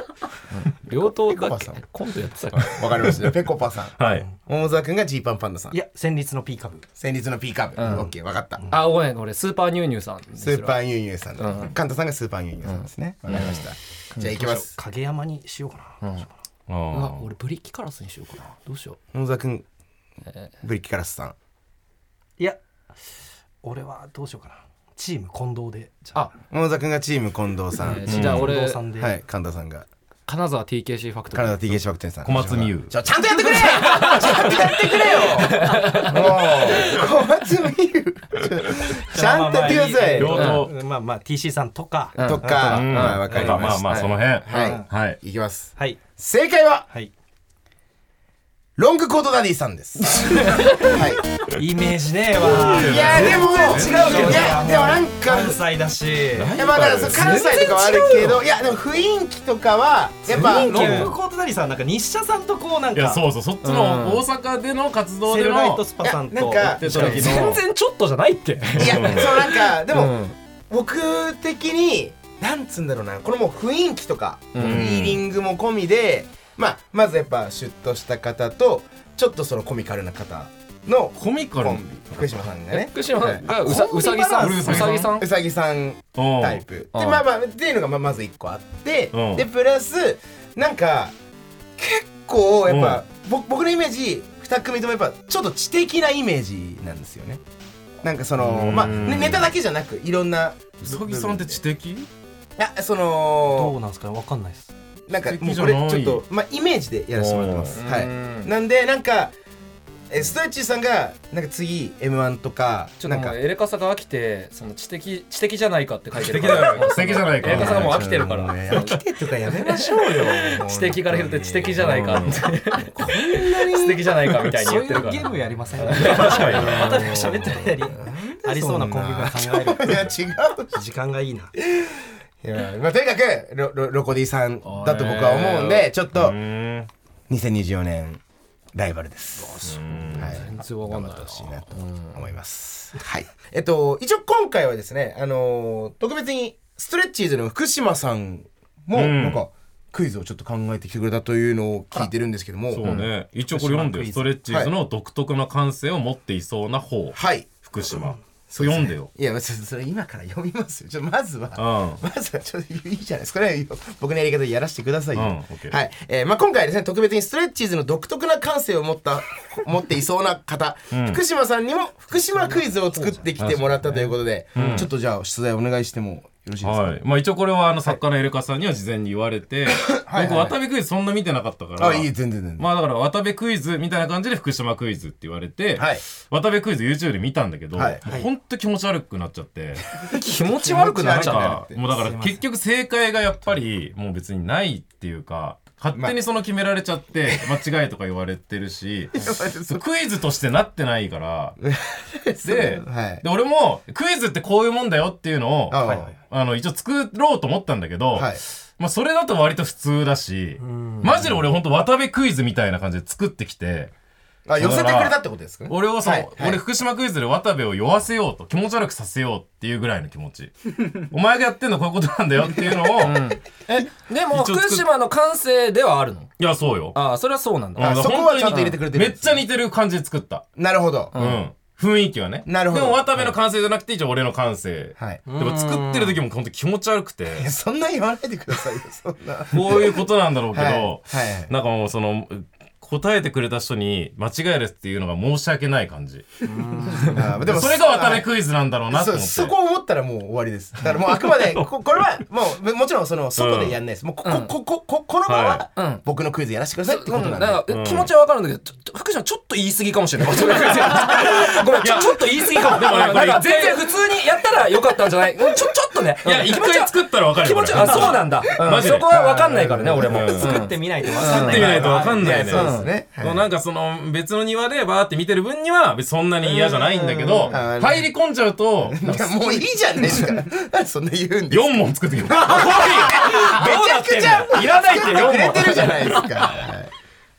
Speaker 4: 両党
Speaker 3: ペコ
Speaker 4: だ
Speaker 3: パさん
Speaker 4: コントやってたから
Speaker 3: わ、かりましたペコパさん
Speaker 5: はい。
Speaker 3: 大沢くんがジーパンパンダさん
Speaker 2: いや戦慄の P 株
Speaker 3: 先日の P カーブ、オッケーわかった、
Speaker 4: あごめん俺スーパーニューニューさんにす
Speaker 3: ス
Speaker 4: る
Speaker 3: ーパーニューニューさんだ、カンタさんがスーパーニューニューさんですねわ、かりました、じゃあ行きます
Speaker 2: 影山にしようかな、
Speaker 5: う
Speaker 4: うわ
Speaker 5: ん
Speaker 4: 俺ブリキカラスにしようかなどうしよう
Speaker 3: 大沢くんブリッキカラスさん
Speaker 2: いや俺はどうしようかなチーム近藤でじゃ
Speaker 4: あ
Speaker 3: 大沢くんがチーム近藤さん、
Speaker 4: えーじゃあ
Speaker 2: 近
Speaker 4: 俺
Speaker 2: 藤さんで、
Speaker 3: はいカンタさんが
Speaker 4: 金沢 TKC ファクトリー
Speaker 3: 体 TK シバクテンさん
Speaker 5: 小松美優。
Speaker 3: ちょちゃんとやってくれちゃんとやってくれよもう小松美優ちょちゃんとやってください
Speaker 5: 両党。
Speaker 2: うんまあまあ TC さんとか、
Speaker 3: とか、
Speaker 5: うん
Speaker 3: まあわかりました
Speaker 5: まあまあ、その辺。
Speaker 3: はい、
Speaker 5: はい。
Speaker 3: いきます
Speaker 2: はい
Speaker 3: 正解は
Speaker 2: はい
Speaker 3: ロングコートダディさんですは
Speaker 2: イメージねえわ
Speaker 3: いいやでも違
Speaker 2: 違うけど
Speaker 3: いやでもなんか
Speaker 2: 関西だし
Speaker 3: いやまあだからそう関西とかはあるけどいやでも雰囲気とかはやっぱ
Speaker 2: ロングコートダディさんなんか日社さんとこうなん
Speaker 5: いや、
Speaker 2: か
Speaker 5: そうそう、そっちの大阪での活動
Speaker 2: セ
Speaker 5: で
Speaker 2: ルライ
Speaker 5: の
Speaker 2: ト。スパさん
Speaker 3: いやな
Speaker 2: と
Speaker 3: んか
Speaker 2: 追ってた
Speaker 5: 全
Speaker 2: 時の
Speaker 4: 然ちょっとじゃないって
Speaker 3: いやそうなんかでも、僕的になんつうんだろうなこれもう雰囲気とか、フィーリングも込みで、まあ、まずやっぱシュッとした方とちょっとそのコミカルな方の
Speaker 5: コミカル
Speaker 3: コンビ福島さんがね
Speaker 4: 福島がうさ
Speaker 3: はい
Speaker 4: ウサギさん
Speaker 5: コンビ
Speaker 4: う
Speaker 5: バランス
Speaker 4: さぎさん
Speaker 3: うさぎさん
Speaker 5: うん
Speaker 3: タイプ
Speaker 4: うん
Speaker 3: でまあまあっていうのがまあまず1個あって
Speaker 5: うん
Speaker 3: でプラスなんか結構やっぱ僕僕のイメージ2組ともやっぱちょっと知的なイメージなんですよねなんかそのまあねネタだけじゃなくいろんな
Speaker 5: うさぎさんって知的
Speaker 3: あそ
Speaker 2: ど
Speaker 3: の
Speaker 2: うなんですかねわかんないです
Speaker 3: なんか
Speaker 5: 知的
Speaker 3: もう
Speaker 5: じ
Speaker 3: こ
Speaker 5: ゃ
Speaker 3: れ
Speaker 5: ない
Speaker 3: ちょっとまあイメージでやらせてもらってますはいなんでなんかえストレッチーさんがなんか次 m 1とか
Speaker 4: ちょっ
Speaker 3: な
Speaker 4: と
Speaker 3: ん
Speaker 4: も
Speaker 3: か
Speaker 4: うエレカサが飽きてその知的知的じゃないかって書いて
Speaker 5: 知
Speaker 4: る
Speaker 5: 的
Speaker 4: か
Speaker 5: じゃ
Speaker 4: ら
Speaker 5: ない知的じゃないか
Speaker 4: エレカサがもう飽きてるか
Speaker 3: もうね
Speaker 4: ら
Speaker 3: 飽きてとかやめましょうよ
Speaker 4: 知的から拾って知的じゃないかって知的じゃないかみたいに
Speaker 2: そう
Speaker 4: 言っ
Speaker 2: い
Speaker 4: てる
Speaker 2: う
Speaker 4: か
Speaker 2: ゲー
Speaker 4: ら
Speaker 2: ムやりません確かに渡辺が喋ってる間にありそうなコンビが考え
Speaker 3: い
Speaker 2: る
Speaker 3: や違う
Speaker 2: 時間がいいない
Speaker 3: やまあとにかくロロロコディさんだと僕は思うんでちょっと
Speaker 5: うん
Speaker 3: 2024年ライバルです。はい、
Speaker 4: 全然わかん
Speaker 3: 頑張
Speaker 4: ないな
Speaker 3: ってほしいなと思います。はい。えっと一応今回はですね、あのー特別にストレッチーズの福島さんも
Speaker 5: うん
Speaker 3: なんかクイズをちょっと考えてきてくれたというのを聞いてるんですけども、
Speaker 5: そうね一応これ読んでよストレッチーズの独特な感性を持っていそうな方
Speaker 3: はい。
Speaker 5: 福島読んでよ
Speaker 3: いやそそれ今から読みますよ。ちょっとまずは。
Speaker 5: うん
Speaker 3: まずはちょっといいじゃないですかね僕のやり方でやらせてくださいよ、
Speaker 5: うんオッケー
Speaker 3: はい、えーまあ、今回はですね特別にストレッチーズの独特な感性を持った持っていそうな方、福島さんにも福島クイズを作ってきてもらったということで、ちょっとじゃあ出題お願いしてもよろしいですか、
Speaker 5: はいまあ、一応これはあの作家のエルカさんには事前に言われて僕渡辺クイズそんな見てなかったから
Speaker 3: あいい全然全然、
Speaker 5: まあだから渡辺クイズみたいな感じで福島クイズって言われて、
Speaker 3: はい
Speaker 5: 渡辺クイズ YouTube で見たんだけど、
Speaker 3: はい
Speaker 5: もうほんと気持ち悪くなっちゃって、
Speaker 4: 気持ち悪くなっち
Speaker 5: なん
Speaker 4: ゃう
Speaker 5: かもうだから結局正解がやっぱりもう別にないっていうか勝手にその決められちゃって間違いとか言われてるしそうクイズとしてなってないからで,、
Speaker 3: はい
Speaker 5: で俺もクイズってこういうもんだよっていうのを
Speaker 3: あはい
Speaker 5: あの一応作ろうと思ったんだけど、
Speaker 3: はい
Speaker 5: まあ、それだと割と普通だしマジで俺ほんと渡辺クイズみたいな感じで作ってきて。
Speaker 3: あ寄せてくれたってことですかね
Speaker 5: 俺をそう、
Speaker 3: はいはい
Speaker 5: 俺福島クイズで渡部を酔わせようと気持ち悪くさせようっていうぐらいの気持ち お前がやってんのこういうことなんだよっていうのを、 い
Speaker 4: でも
Speaker 5: 一応作っ
Speaker 4: 福島の感性ではあるの
Speaker 5: やそうよ
Speaker 4: ああそれはそうなんだ
Speaker 5: うん
Speaker 3: そこは
Speaker 5: 本当に
Speaker 3: ちゃんと入れてくれてる
Speaker 5: めっちゃ似てる感じで作った
Speaker 3: なるほど、
Speaker 5: うん、雰囲気はね
Speaker 3: なるほど
Speaker 5: でも渡部の感性じゃなくて一応俺の感性、
Speaker 3: はい
Speaker 5: でも作ってる時も本当気持ち悪くて
Speaker 3: いやそんな言わないでくださいよそん な
Speaker 5: こういうことなんだろうけど、
Speaker 3: はい はい
Speaker 5: なんかもうその答えてくれた人に間違いですっていうのが申し訳ない感じ
Speaker 3: あーで
Speaker 5: それが渡
Speaker 3: はい
Speaker 5: 部クイズなんだろうな
Speaker 3: そ
Speaker 5: と思
Speaker 3: う
Speaker 5: って
Speaker 3: そこを思ったらもう終わりですだから もうあくまでここれはもうもちろんその外でやんないです、もうこここここの場は、
Speaker 4: うん
Speaker 3: 僕のクイズやらせてくださいってこ
Speaker 4: う
Speaker 3: と
Speaker 4: ん
Speaker 3: なん
Speaker 4: だ
Speaker 3: で、
Speaker 4: からえ気持ちはわかるんだけどちょちょ福島ちょっと言い過ぎかもし れないごめんちょちょっと言い過ぎかも
Speaker 5: でもね
Speaker 4: うん
Speaker 5: これ
Speaker 4: なんか全然普通にやったらよかったんじゃないうんちょちょっとね
Speaker 5: いや
Speaker 4: うん
Speaker 5: 一
Speaker 4: 気持ち
Speaker 5: 回
Speaker 4: は
Speaker 5: 作ったら分かる
Speaker 4: 気
Speaker 5: よ
Speaker 4: 持ちあそうなんだ、うん
Speaker 5: マジで
Speaker 4: そこはわかんないからね 俺も、
Speaker 5: うん
Speaker 2: 作ってみないと分かん
Speaker 5: 作
Speaker 2: な
Speaker 5: っ
Speaker 2: い
Speaker 5: てみないと分かんないね。
Speaker 3: そうですね、はい
Speaker 5: なんかその別の庭でバーって見てる分には別にそんなに嫌じゃないんだけど、
Speaker 3: ん
Speaker 5: 入り込んじゃうと、
Speaker 3: いやもういいじゃないですかなんでそんな言うんで
Speaker 5: 4問作ってくる。どうなってんのいらないって
Speaker 3: くれ
Speaker 5: 4
Speaker 3: て
Speaker 5: 問。
Speaker 3: るじゃないですかはい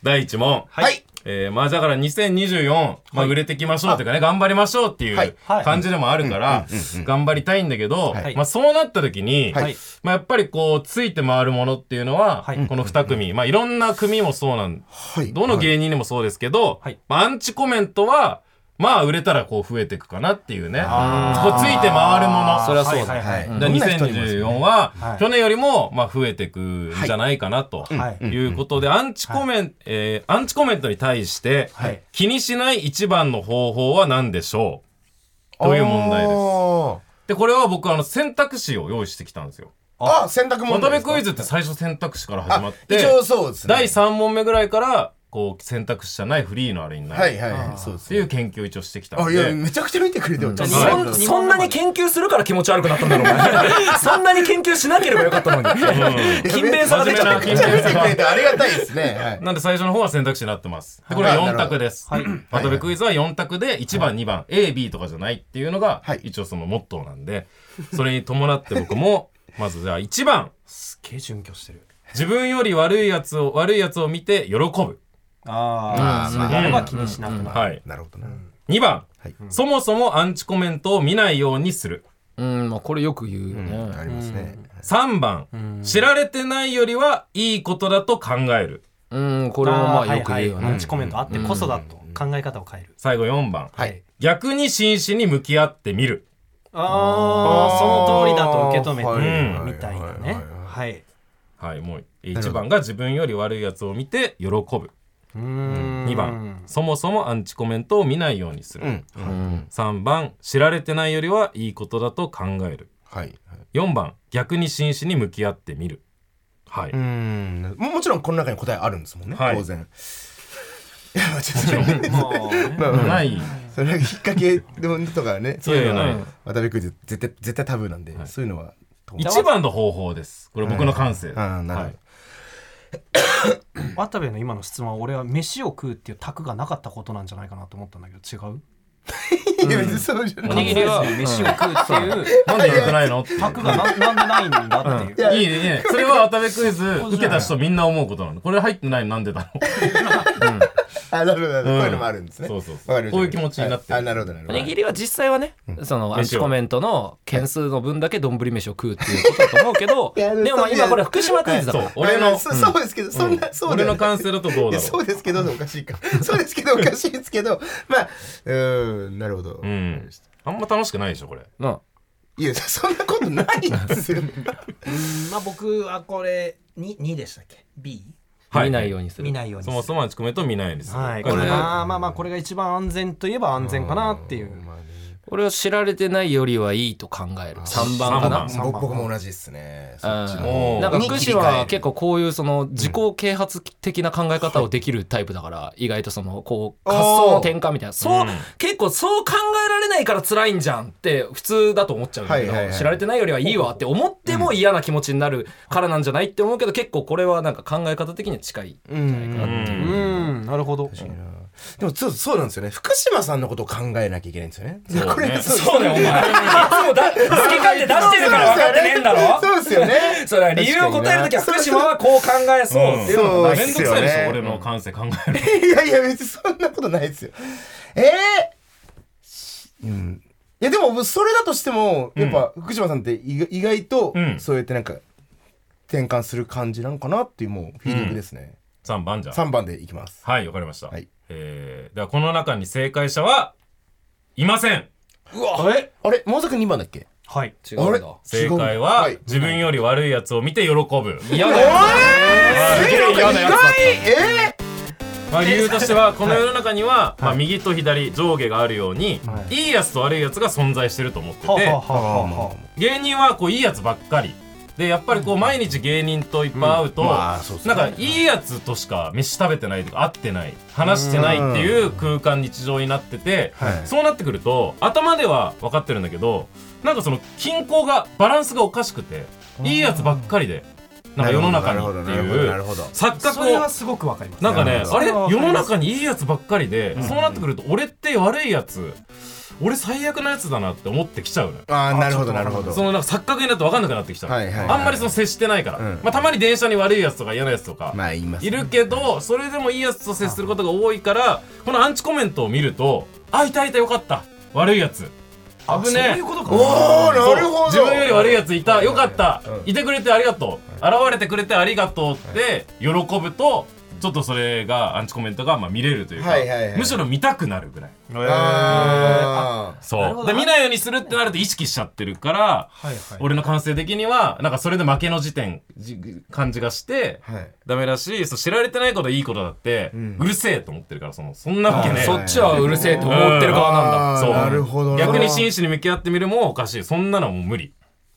Speaker 5: 第1問。
Speaker 3: はい
Speaker 5: えー、まあだから2024、まあ売れてきましょうというかね、頑張りましょうってい
Speaker 3: はいう
Speaker 5: 感じでもあるから、頑張りたいんだけど、まあそうなった時に、
Speaker 3: はい
Speaker 5: まあやっぱりこう、ついて回るものっていうのは、
Speaker 2: はい
Speaker 5: この2組、まあいろんな組もそうなん
Speaker 3: はい
Speaker 5: どの芸人にもそうですけど、
Speaker 2: はい
Speaker 5: まあアンチコメントは、まあ売れたらこう増えていくかなっていうね。こうついて回るもの。それは
Speaker 2: はいはい
Speaker 3: は
Speaker 2: はいい
Speaker 3: はい
Speaker 5: で
Speaker 3: どんな人にもです
Speaker 5: 2014
Speaker 3: ね
Speaker 5: は、
Speaker 2: はい
Speaker 5: 去年よりも、まあ、増えていくんじゃないかなと、
Speaker 2: はい
Speaker 5: い、うことで、アンチコメン、えーアンチコメントに対して、
Speaker 2: はい
Speaker 5: 気にしない一番の方法は何でしょうという問題です。
Speaker 3: おー
Speaker 5: で、これは僕、あの、選択肢を用意してきたんですよ。
Speaker 3: あ選択問
Speaker 5: 渡
Speaker 3: 題で
Speaker 5: 辺
Speaker 3: すか
Speaker 5: クイズって最初選択肢から始まって、
Speaker 3: あ一応そうですね
Speaker 5: 第3問目ぐらいから、こう、選択肢じゃないフリーのあれになる。
Speaker 3: はいはいそうで
Speaker 5: っ
Speaker 3: す
Speaker 5: ていう研究を一応してきた
Speaker 3: あ
Speaker 5: の
Speaker 3: いや
Speaker 5: で、
Speaker 3: めちゃくちゃ見てくれてる、
Speaker 4: そ
Speaker 5: はい
Speaker 4: んそんなに研究するから気持ち悪くなったんだろう ねそんなに研究しなければよかったのに勤勉さが出ちゃっ
Speaker 5: 真面目
Speaker 3: め
Speaker 4: た
Speaker 5: な研究
Speaker 3: ちゃ見てくれてありがたいですね、はい、
Speaker 5: なんで最初の方は選択肢になってます。で、これは
Speaker 3: あなる
Speaker 5: 4
Speaker 3: ほど
Speaker 5: 択です。渡辺クイズは4択で、1番、2番、A、B とかじゃないっていうのが
Speaker 3: はい、
Speaker 5: 一応そのモットーなんで、それに伴って僕も、まずじゃあ1番、
Speaker 2: すっげえ準拠してる
Speaker 5: 自分より悪いやつを、悪いやつを見て喜ぶ。
Speaker 2: ああそういうのは気にしなくなる
Speaker 5: はい。
Speaker 3: なるほどな、
Speaker 5: 2番
Speaker 3: はい、
Speaker 5: そもそもアンチコメントを見ないようにする。
Speaker 4: うんまあこれよく言うよね、
Speaker 3: ありますね、
Speaker 5: 3番、知られてないよりはいいことだと考える。
Speaker 4: うん、これもまあよく言うよ
Speaker 2: はい
Speaker 4: ね。
Speaker 2: はいアンチコメントあってこそだと考え方を変える
Speaker 5: 最後4番、
Speaker 3: はい
Speaker 5: 逆に真摯に向き合ってみる。
Speaker 2: ああその通りだと受け止め
Speaker 3: はい
Speaker 2: て
Speaker 5: は
Speaker 2: み
Speaker 5: い
Speaker 2: たいなねはい
Speaker 5: はい、もう1番が自分より悪いやつを見て喜ぶ。 2番そもそもアンチコメントを見ないようにする、
Speaker 3: うん
Speaker 5: 3番知られてないよりはいいことだと考える
Speaker 3: はい
Speaker 5: 4番逆に真摯に向き合ってみるはい、
Speaker 3: うんももちろんこの中に答えあるんですもんね、
Speaker 5: はい
Speaker 3: 当 然いやちょっとねまあまあまあ
Speaker 5: ない
Speaker 3: それが引っ掛けとかねそういうの
Speaker 5: いやいやない
Speaker 3: は渡辺君絶対絶対タブーなんで、そういうのは
Speaker 5: 一番の方法ですこれ僕の感性、
Speaker 3: ああなるほど、
Speaker 5: はい
Speaker 2: 渡部の今の質問は俺は飯を食うっていう卓がなかったことなんじゃないかなと思ったんだけど違う
Speaker 3: いや別にそうじゃない、
Speaker 2: おにぎりは飯を食うっていう
Speaker 5: なんで言われてないのって
Speaker 2: 卓がななんでないんだ っていう
Speaker 5: いいねいいねそれは渡辺クイズ受けた人みんな思うことなのこれ入ってないのなんでだろ
Speaker 3: あなるほどなるほど、こ
Speaker 5: うん
Speaker 3: ういうのもあるんですね
Speaker 5: そうそうそう
Speaker 3: わかりました
Speaker 5: こういう気持ちになってる
Speaker 3: はいあなるほどなるほ
Speaker 4: お
Speaker 3: ど
Speaker 4: にぎりは実際はね、そのアンチコメントの件数の分だけ丼飯を食うっていうことだと思うけど、
Speaker 3: いや
Speaker 4: でもまあ
Speaker 3: そう
Speaker 4: 今これ福島クイズだ
Speaker 5: うそ
Speaker 4: か
Speaker 5: う
Speaker 4: ら。
Speaker 5: 俺
Speaker 3: まあ
Speaker 5: の
Speaker 3: まあそそうですけど、そんなそうだ
Speaker 5: 俺
Speaker 3: よね
Speaker 5: の感性だとどう
Speaker 3: い
Speaker 5: だ
Speaker 3: や
Speaker 5: ろ
Speaker 3: そうですけどおかしいか そうですけどおかしいですけどまあうーんなるほど、
Speaker 5: ううんあんま楽しくないでしょこれ
Speaker 4: うん
Speaker 3: いやそんなことないですよ
Speaker 1: まあ僕はこれに2でしたっけ B
Speaker 5: はい
Speaker 4: 見ないようにする。
Speaker 2: 見ないように
Speaker 5: そも
Speaker 2: す
Speaker 5: そもアンチコメント見ないようにす
Speaker 2: る
Speaker 5: る
Speaker 2: はい
Speaker 5: こ
Speaker 2: こ
Speaker 5: れ
Speaker 2: れまあまあまあこれが一番安全といえば 安全かなっていう
Speaker 4: 俺は知られてないよりはいいと考える。3番かな。
Speaker 5: 三
Speaker 3: 僕僕も同じですねそっちの
Speaker 5: おー
Speaker 4: なんか
Speaker 3: に
Speaker 4: 福
Speaker 3: 切り
Speaker 4: 島
Speaker 3: 替え
Speaker 4: は
Speaker 3: る
Speaker 4: 結構こういうその自己啓発的な考え方をできるタイプだから意外とそのこう
Speaker 3: おー
Speaker 4: 発想の転換みたいなそう、
Speaker 5: うん
Speaker 4: 結構そう考えられないから辛いんじゃんって普通だと思っちゃうんだけど、
Speaker 3: はいはいはい
Speaker 4: 知られてないよりはいいわって思っても嫌な気持ちになるからなんじゃないって思うけど結構これはなんか考え方的には近い。
Speaker 3: うん
Speaker 2: うんなるほど
Speaker 3: でもそうそうなんですよね福島さんのことを考えなきゃいけないんですよねこれそう
Speaker 4: そうだよお前。いつもだ好き勝手出してるから分かってねえんだろ。
Speaker 3: そうですよね
Speaker 4: それは理由を答えるときは福島はこう考えそうっていうの
Speaker 3: そ
Speaker 4: が
Speaker 3: うで
Speaker 5: めんど
Speaker 3: す
Speaker 5: く
Speaker 3: よ
Speaker 5: さい
Speaker 3: ね
Speaker 5: でしょ俺の 感性考える
Speaker 3: いやいや、別にそんなことないですよ。ええうん。いや、でも、それだとしても、やっぱ、福島さんって意外意外と
Speaker 5: うん、
Speaker 3: そうやってなんか、転換する感じなんかなっていう、もう、フィーリングですね。
Speaker 5: 3番じゃん
Speaker 3: 3番でいきます。
Speaker 5: はいわかりました、
Speaker 3: はい
Speaker 5: えーではこの中に正解者はいません
Speaker 3: あれまさか2番だっけ
Speaker 2: はい
Speaker 4: 違
Speaker 3: あ
Speaker 4: うん
Speaker 3: れ
Speaker 4: だ。
Speaker 5: 正解は、自分より悪いやつを見て喜ぶ、
Speaker 4: 嫌だよ。
Speaker 5: すげえ嫌なやつだった
Speaker 3: え
Speaker 5: まあ、理由としてはこの世の中には、まあ、右と左上下があるように、い、いやつと悪いやつが存在してると思ってて、
Speaker 2: はあはあはあはあは
Speaker 5: 芸人はこういいやつばっかりでやっぱりこう毎日芸人といっぱい会うと、
Speaker 3: うんまあそうっす
Speaker 5: な
Speaker 3: ね
Speaker 5: んかいいやつとしか飯食べてないとか会ってない話してないっていう空間日常になってて、
Speaker 3: はい
Speaker 5: そうなってくると頭では分かってるんだけどなんかその均衡がバランスがおかしくていいやつばっかりでなんか世の中
Speaker 3: な
Speaker 5: に
Speaker 3: るほど
Speaker 5: って
Speaker 3: なるほど
Speaker 5: い
Speaker 3: なる
Speaker 5: う
Speaker 3: ほど
Speaker 5: 錯
Speaker 2: あ
Speaker 5: 覚
Speaker 2: それ
Speaker 5: を
Speaker 2: はすごくわかります
Speaker 5: なんか
Speaker 3: な
Speaker 5: ね、
Speaker 3: るほ
Speaker 5: あ
Speaker 2: ど
Speaker 5: れ
Speaker 2: それは
Speaker 5: 世の中にいいやつばっかりで、そうなってくると俺って悪いやつ俺最悪なやつだなって思ってきちゃうのよ
Speaker 3: ああ、なるほど、なるほ
Speaker 5: そ
Speaker 3: ど。
Speaker 5: のなんか錯覚になって分かんなくなってきちゃう、
Speaker 3: はいはいはい
Speaker 5: あんまりその接してないから、
Speaker 3: うん
Speaker 5: まあ、たまに電車に悪いやつとか嫌なやつとか、
Speaker 3: まあ、言います
Speaker 5: い。るけどそれでもいいやつと接することが多いからこのアンチコメントを見るとあいたいたよかった悪いやつ危
Speaker 2: そう
Speaker 5: ねえ
Speaker 2: いうこと
Speaker 3: お
Speaker 2: か
Speaker 3: ー、なるほど
Speaker 5: 自分より悪いやついたよかった
Speaker 3: うん
Speaker 5: いてくれてありがとう現れてくれてありがとうって喜ぶとちょっとそれがアンチコメントがまあ見れるというか
Speaker 3: はいはいはい
Speaker 5: むしろ見たくなるぐらい
Speaker 3: あ
Speaker 5: そうで見ないようにするってなると意識しちゃってるから
Speaker 2: はいはい
Speaker 5: 俺の感性的にはなんかそれで負けの時点じ感じがして
Speaker 3: ーはい。
Speaker 5: ダメだしそう知られてないこといいことだって
Speaker 3: ん
Speaker 5: うるせえと思ってるからそのそんなわけねえ
Speaker 4: そっちはうるせえと思ってる側なんだ。
Speaker 3: あー
Speaker 5: そう
Speaker 3: なるほどな。
Speaker 5: 逆に真摯に向き合ってみるもおかしいそんなのもう無理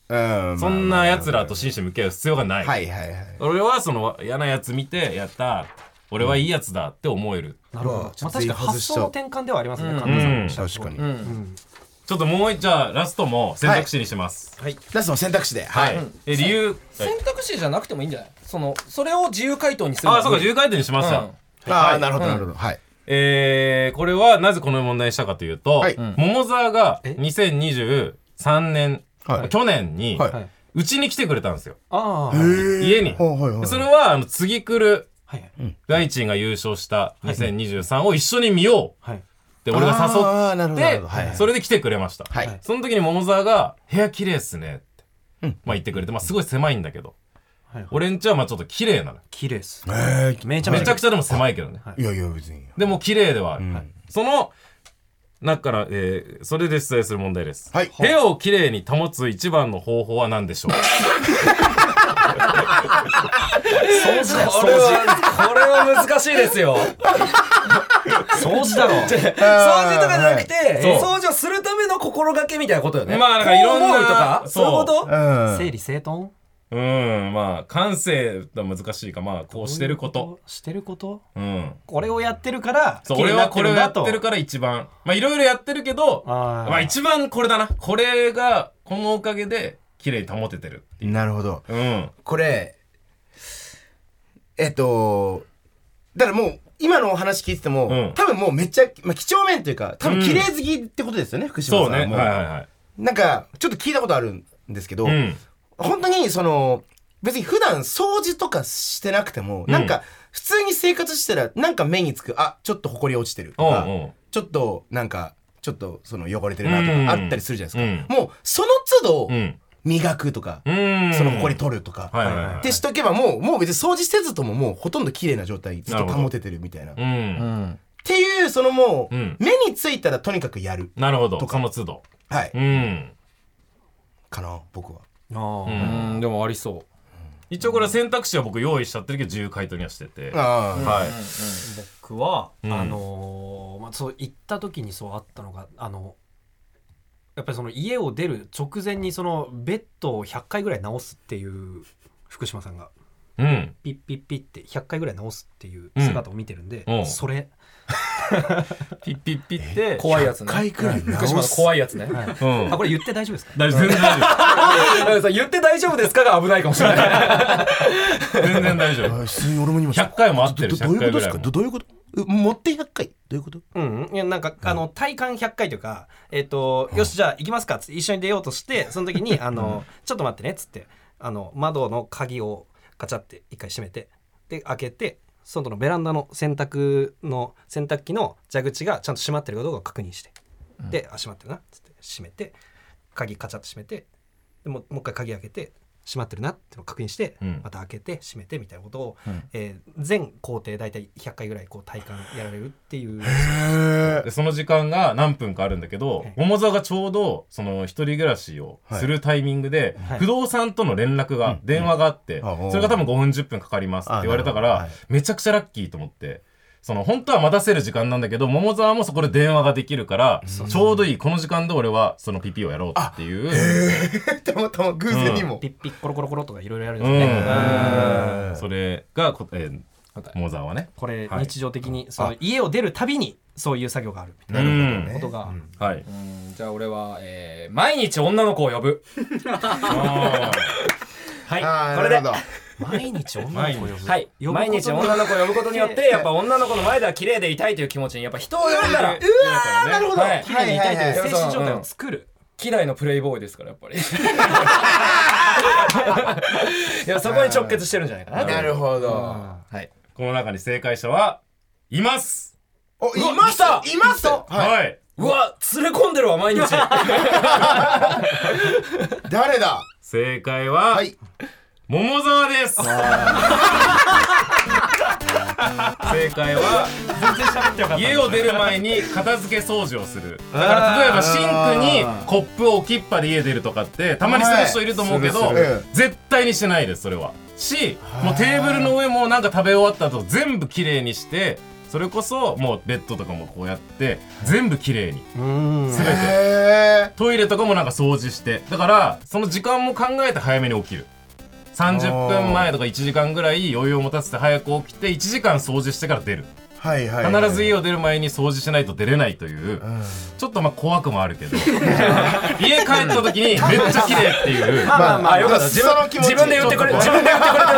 Speaker 3: うん
Speaker 5: そんな奴らと真摯に向き合う必要がない
Speaker 3: はいはいはい。
Speaker 5: 俺はその嫌なやつ見てやった俺はいいやつだって思える、
Speaker 2: なるほど
Speaker 3: う
Speaker 2: ま
Speaker 3: わ
Speaker 2: あ
Speaker 3: ちょっと
Speaker 2: 確かに発想の
Speaker 3: 外
Speaker 2: 転換ではありますね
Speaker 5: う
Speaker 2: 神田さん
Speaker 5: ん、
Speaker 3: 確かに。
Speaker 5: ちょっともう一じゃあラストも選択肢にします
Speaker 3: ラストの選択肢で。
Speaker 5: は、
Speaker 3: はいい。
Speaker 5: え理由、はい
Speaker 4: 選択肢じゃなくてもいいんじゃないその、それを自由回答にするの
Speaker 5: あ
Speaker 4: は
Speaker 5: あそうか重回転にしました、
Speaker 4: うん
Speaker 3: ああ、なるほど、なるほど。はい。
Speaker 5: えーこれはなぜこの問題にしたかというと、
Speaker 3: はい
Speaker 5: 桃沢が2023年、
Speaker 3: はい
Speaker 5: 去年に
Speaker 3: はいう
Speaker 5: ち、に来てくれたんですよ
Speaker 2: ああ
Speaker 5: 家に、
Speaker 3: はいはいは
Speaker 5: で
Speaker 3: い。
Speaker 5: それはあの次来る
Speaker 2: はい
Speaker 5: 大地が優勝した2023を一緒に見よう
Speaker 2: はい
Speaker 5: って俺が誘って
Speaker 3: ああ、なるほどなる
Speaker 5: で
Speaker 3: ほど。はいはい。
Speaker 5: それで来てくれました、
Speaker 3: はい。
Speaker 5: その時に桃沢が「部屋綺麗っすね」って、まあ言ってくれて、まあ、すごい狭いんだけど、
Speaker 2: はいはい
Speaker 5: 俺んちはまあちょっと綺麗なの
Speaker 2: 綺麗です
Speaker 3: え
Speaker 2: めちゃめ
Speaker 5: めち
Speaker 2: ちゃ
Speaker 5: ゃくちゃでも狭いけどね、
Speaker 3: え。いやいや、別に。
Speaker 5: でも綺麗ではある、そのだから、えーそれで出題する問題です、
Speaker 3: はい
Speaker 5: 部屋を綺麗に保つ一番の方法は何でしょう
Speaker 3: そん
Speaker 2: 掃除だよ
Speaker 8: これはこれは難しいですよ
Speaker 2: 掃除だろ
Speaker 8: 掃除とかじゃなくて、
Speaker 5: そ
Speaker 8: 掃除をするための心がけみたいなことよね
Speaker 5: まあなんかいろんな
Speaker 8: こう思うとか
Speaker 5: そう
Speaker 8: そういうこと
Speaker 3: うん
Speaker 2: 整理整頓
Speaker 5: うんまあ感性は難しいかまあこうしてること
Speaker 2: してること
Speaker 5: うん
Speaker 2: これをやってるから
Speaker 5: そう俺はこれをやってる
Speaker 2: ら
Speaker 5: から一番まあいろいろやってるけど
Speaker 2: あー
Speaker 5: まあ一番これだなこれがこのおかげで綺麗に保ててる
Speaker 3: なるほど
Speaker 5: うん
Speaker 3: これえっとだからもう今のお話聞いてても、
Speaker 5: うん
Speaker 3: 多分もうめっちゃ、まあ、几帳面というか多分
Speaker 5: うん
Speaker 3: 綺麗好きってことですよね、福島さ
Speaker 5: そうんねはい
Speaker 3: も
Speaker 5: はいはい
Speaker 3: なんかちょっと聞いたことあるんですけど、
Speaker 5: うん
Speaker 3: 本当にその別に普段掃除とかしてなくても、
Speaker 5: ん
Speaker 3: なんか普通に生活してたらなんか目につくあちょっと埃落ちてると
Speaker 5: おう
Speaker 3: か、
Speaker 5: おう
Speaker 3: ちょっとなんかちょっとその汚れてるなと
Speaker 5: うん
Speaker 3: かあったりするじゃないですか、
Speaker 5: う
Speaker 3: もうその都度
Speaker 5: うん
Speaker 3: 磨くとか、
Speaker 5: うん
Speaker 3: その埃取るとか、
Speaker 5: はいはいはいはい
Speaker 3: ってしとけばもうもう別に掃除せずとももうほとんど綺麗な状態ずっと保ててるみたいな
Speaker 5: う
Speaker 3: っ
Speaker 5: ん
Speaker 3: ていうそのもう、
Speaker 5: うん
Speaker 3: 目についたらとにかくやる
Speaker 5: なるほど
Speaker 3: とか
Speaker 5: その都度
Speaker 3: はい、
Speaker 5: うん
Speaker 3: かな僕は
Speaker 2: あ
Speaker 4: うんでもありそう
Speaker 5: 一応これ選択肢は僕用意しちゃってるけど自由回答にはしてては
Speaker 3: ああ、
Speaker 5: い
Speaker 2: ー僕は、
Speaker 5: うん
Speaker 2: あのーまあ、そう行った時にそうあったのがあのやっぱりその家を出る直前にそのベッドを100回ぐらい直すっていう福島さんが
Speaker 5: うん
Speaker 2: ピッピッピッって100回ぐらい直すっていう姿を見てるんで、
Speaker 5: うん
Speaker 2: それ、
Speaker 5: ピッピッピッて
Speaker 4: 怖いやつね
Speaker 3: 回くらい直
Speaker 4: 福島の
Speaker 3: す
Speaker 4: 怖いやつ ね
Speaker 2: はい
Speaker 5: うん
Speaker 2: あこれ言って大丈夫ですか
Speaker 5: 大丈夫全然大丈
Speaker 4: 言って大丈夫ですかが危ないかもしれない
Speaker 5: 夫全然大丈 夫
Speaker 3: あ普通に俺も今
Speaker 5: 100回も合ってる
Speaker 3: どどどういうことです
Speaker 5: 100回ぐらい
Speaker 3: か
Speaker 5: も
Speaker 3: どどういうことえ持って100回どういうこと
Speaker 2: うんうん、いやなんか、あの体感100回というか、えっとよしじゃあ行きますかっつって一緒に出ようとしてその時にあの、ちょっと待ってねっつってあの窓の鍵をガチャって一回閉めてで開けて外のベランダの洗濯の洗濯機の蛇口がちゃんと閉まってるかどうかを確認して、であ閉まってるなっつって閉めて鍵ガチャって閉めてでもうもう一回鍵開けて閉まってるなってのを確認して、
Speaker 5: うん
Speaker 2: また開けて閉めてみたいなことを、えー全工程大体100回ぐらいこう体感やられるっていう。
Speaker 5: でその時間が何分かあるんだけど
Speaker 2: はい
Speaker 5: 桃沢がちょうどその一人暮らしをするタイミングで、
Speaker 2: はい
Speaker 5: 不動産との連絡が、電話があって、
Speaker 3: あおう
Speaker 5: それが多分5分10分かかりますって言われたか
Speaker 3: あ
Speaker 5: ら、
Speaker 3: なるほど
Speaker 5: めちゃくちゃラッキーと思って。その本当は待たせる時間なんだけど桃沢もそこで電話ができるからちょうどいいこの時間で俺はそのピピをやろうっていう、
Speaker 3: たまたま偶然にも、
Speaker 2: ピッピッコロコロコロとかいろいろやるん
Speaker 5: う
Speaker 2: ですよね。
Speaker 5: ん、それがこ、えー、桃沢はね。
Speaker 2: これ
Speaker 5: はい
Speaker 2: 日常的にその家を出るたびにそういう作業があるみたい
Speaker 5: なる
Speaker 2: なことが
Speaker 5: ほど。はい。
Speaker 4: じゃあ俺は、えー毎日女の子を呼ぶ
Speaker 5: あ
Speaker 2: はい
Speaker 3: ああ
Speaker 4: これ
Speaker 3: な
Speaker 4: で
Speaker 3: るほど
Speaker 2: 毎日女の子を呼ぶ
Speaker 4: はい
Speaker 2: 呼ぶこと
Speaker 4: 毎日女の子を呼ぶことによってやっぱ女の子の前では綺麗でいたいという気持ちにやっぱ人を呼んだら
Speaker 3: あーなるほど、
Speaker 4: はい
Speaker 2: 綺麗にいたいという精神状態
Speaker 4: う
Speaker 2: を
Speaker 4: ん
Speaker 2: 作る
Speaker 4: 希代のプレイボーイですからやっぱり いやそこに直結してるんじゃないかな
Speaker 3: なるほど。
Speaker 4: はい
Speaker 5: ーこの中に正解者はいます。
Speaker 3: お、いましたいました
Speaker 5: はい。
Speaker 4: うわ連れ込んでるわ毎日
Speaker 3: 誰だ
Speaker 5: 正解は、
Speaker 3: はい
Speaker 5: 桃 沢です。正解は家を出る前に片付け掃除をするだから例えばシンクにコップを置きっぱで家出るとかってたまにする人いると思うけど、
Speaker 3: はいするする
Speaker 5: 絶対にしてないですそれはしもうテーブルの上もなんか食べ終わった後全部きれいにしてそれこそもうベッドとかもこうやって全部きれいに全て
Speaker 3: へ
Speaker 5: トイレとかもなんか掃除してだからその時間も考えて早めに起きる30分前とか1時間ぐらい余裕を持たせて早く起きて1時間掃除してから出る
Speaker 3: ーはいはいはい。
Speaker 5: 必ず家を出る前に掃除しないと出れないというちょっとまあ怖くもあるけど 家帰った時にめっちゃ綺麗っていう
Speaker 3: まあまあ、よかった。
Speaker 4: 自
Speaker 3: 自分の
Speaker 4: 分
Speaker 3: 気持ち
Speaker 4: 自分で言ってくれ自分で言ってくれてる